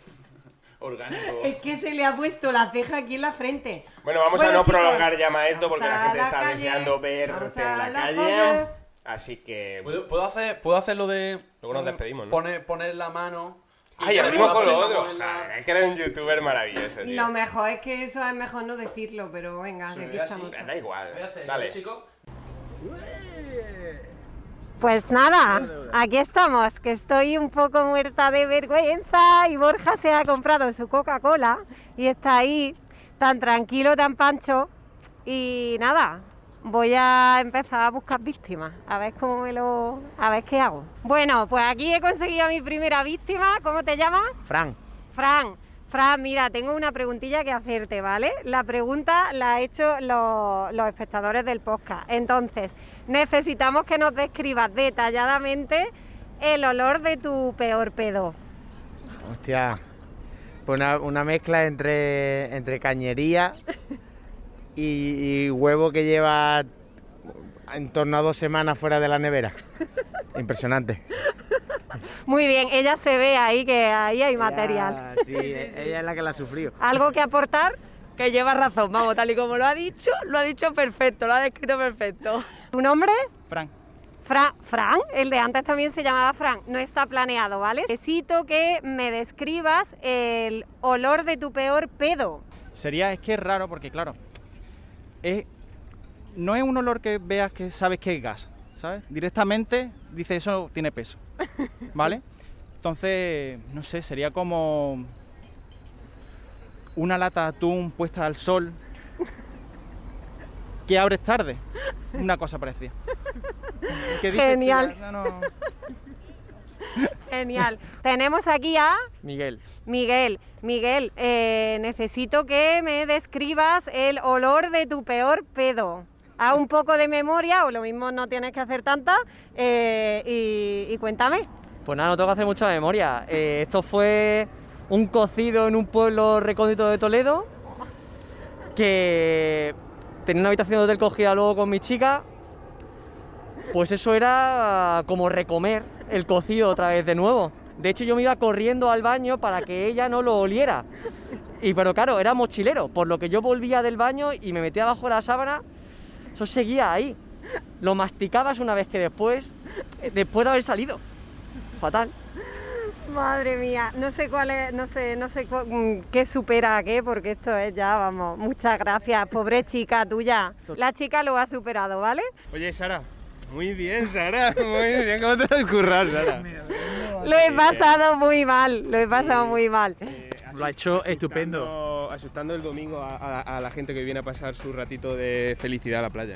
[SPEAKER 1] orgánico.
[SPEAKER 6] Es que se le ha puesto la ceja aquí en la frente.
[SPEAKER 2] Bueno, vamos a
[SPEAKER 6] Bueno,
[SPEAKER 2] no
[SPEAKER 6] chicos,
[SPEAKER 2] prolongar ya más esto
[SPEAKER 6] vamos
[SPEAKER 2] porque
[SPEAKER 6] a
[SPEAKER 2] la gente
[SPEAKER 6] la
[SPEAKER 2] está
[SPEAKER 6] calle,
[SPEAKER 2] deseando
[SPEAKER 6] vamos
[SPEAKER 2] verte
[SPEAKER 6] a
[SPEAKER 2] en la
[SPEAKER 6] la
[SPEAKER 2] calle.
[SPEAKER 6] calle.
[SPEAKER 2] Así que.
[SPEAKER 4] ¿Puedo, puedo hacer, ¿Puedo hacer lo de. mm,
[SPEAKER 2] Luego Eh, nos despedimos, ¿no?
[SPEAKER 4] Poner, poner la mano. y
[SPEAKER 2] ¡Ay,
[SPEAKER 4] poner
[SPEAKER 2] abrimos
[SPEAKER 4] la
[SPEAKER 2] con lo
[SPEAKER 4] ceja
[SPEAKER 2] otro!
[SPEAKER 4] en la-
[SPEAKER 2] Joder, es que eres un youtuber maravilloso, tío.
[SPEAKER 6] Lo mejor es que eso es mejor no decirlo, pero venga,
[SPEAKER 4] Se
[SPEAKER 6] aquí
[SPEAKER 4] ve así.
[SPEAKER 6] estamos.
[SPEAKER 2] Da igual.
[SPEAKER 4] Voy a hacer,
[SPEAKER 2] Dale.
[SPEAKER 4] chico.
[SPEAKER 6] Pues nada, aquí estamos, que estoy un poco muerta de vergüenza y Borja se ha comprado su Coca-Cola y está ahí tan tranquilo, tan pancho y nada, voy a empezar a buscar víctimas, a ver cómo me lo, a ver qué hago. Bueno, pues aquí he conseguido a mi primera víctima, ¿cómo te llamas?
[SPEAKER 7] Fran,
[SPEAKER 6] Fran, Fran, mira, tengo una preguntilla que hacerte, ¿vale? La pregunta la han hecho los, los espectadores del podcast. Entonces, necesitamos que nos describas detalladamente el olor de tu peor pedo.
[SPEAKER 7] hostia. Pues una, una mezcla entre, entre cañería y, y huevo que lleva en torno a dos semanas fuera de la nevera. Impresionante.
[SPEAKER 6] Muy bien, ella se ve ahí que ahí hay material.
[SPEAKER 7] Ella- sí, e- ella es la que la ha sufrido.
[SPEAKER 6] ¿Algo que aportar?
[SPEAKER 8] Que lleva razón, vamos, tal y como lo ha dicho, lo ha dicho perfecto, lo ha descrito perfecto.
[SPEAKER 6] ¿Tu nombre?
[SPEAKER 9] Frank,
[SPEAKER 6] Fra- Fran, el de antes también se llamaba Fran, no está planeado, ¿vale? Necesito que me describas el olor de tu peor pedo.
[SPEAKER 9] sería, es que es raro porque, claro, es, no es un olor que veas que sabes que es gas, ¿sabes? Directamente dice eso tiene peso, ¿vale? Entonces, no sé, sería como una lata de atún puesta al sol que abres tarde, una cosa parecida. Que dices,
[SPEAKER 6] Genial.
[SPEAKER 9] "Tía, no, no".
[SPEAKER 6] Genial. Tenemos aquí a
[SPEAKER 7] Miguel,
[SPEAKER 6] Miguel. Miguel, eh, necesito que me describas el olor de tu peor pedo. A un poco de memoria, o lo mismo no tienes que hacer tanta, eh, y, y cuéntame.
[SPEAKER 8] Pues nada, no tengo que hacer mucha memoria. Eh, esto fue un cocido en un pueblo recóndito de Toledo que tenía una habitación de hotel cogida luego con mi chica. Pues eso era como recomer el cocido otra vez de nuevo. De hecho yo me iba corriendo al baño para que ella no lo oliera. Y pero claro, era mochilero, por lo que yo volvía del baño y me metía abajo de la sábana, eso seguía ahí. Lo masticabas una vez que después, después de haber salido. Fatal.
[SPEAKER 6] Madre mía, no sé cuál es, no sé, no sé cu- mm, qué supera a qué, porque esto es ya, vamos, muchas gracias, pobre chica tuya. La chica lo ha superado, ¿vale?
[SPEAKER 7] Oye, Sara. Muy bien, Sara. Muy bien. ¿Cómo te vas a currar, Sara?
[SPEAKER 6] Lo he pasado muy mal, lo he pasado muy mal.
[SPEAKER 10] Lo ha hecho estupendo.
[SPEAKER 2] Asustando el domingo a, a- a la gente que viene a pasar su ratito de felicidad a la playa.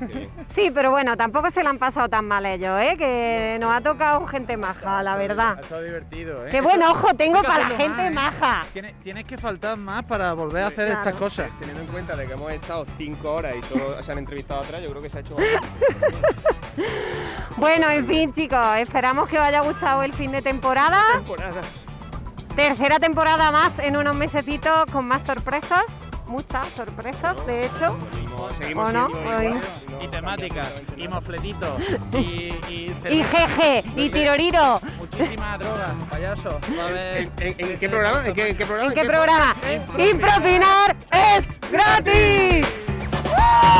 [SPEAKER 2] Qué bien.
[SPEAKER 6] Sí, pero bueno, tampoco se la han pasado tan mal ellos, ¿eh? Que nos ha tocado gente maja, la verdad.
[SPEAKER 10] estado divertido,
[SPEAKER 6] Qué buen ojo tengo
[SPEAKER 10] Hay que
[SPEAKER 6] para la
[SPEAKER 10] hacerlo
[SPEAKER 6] gente
[SPEAKER 10] más,
[SPEAKER 6] maja. ¿eh?
[SPEAKER 10] Tienes, tienes que faltar más para volver a hacer
[SPEAKER 6] Claro.
[SPEAKER 10] estas cosas.
[SPEAKER 2] Teniendo en cuenta de que hemos estado cinco horas y solo se han entrevistado atrás, yo creo que se ha hecho.
[SPEAKER 6] Bueno, en fin, chicos, esperamos que os haya gustado el fin de temporada. Tercera temporada más en unos mesecitos con más sorpresas. Muchas sorpresas, de hecho. ¿O no? ¿O no?
[SPEAKER 10] Y temáticas, y mofletitos, y, y,
[SPEAKER 6] Y jeje, y tiroriro.
[SPEAKER 10] muchísima droga, payaso.
[SPEAKER 2] ¿En, en- en qué programa? ¿En qué, en qué programa? ¿Eh?
[SPEAKER 6] ¿Qué programa? Impropinar es gratis. ¡Uh!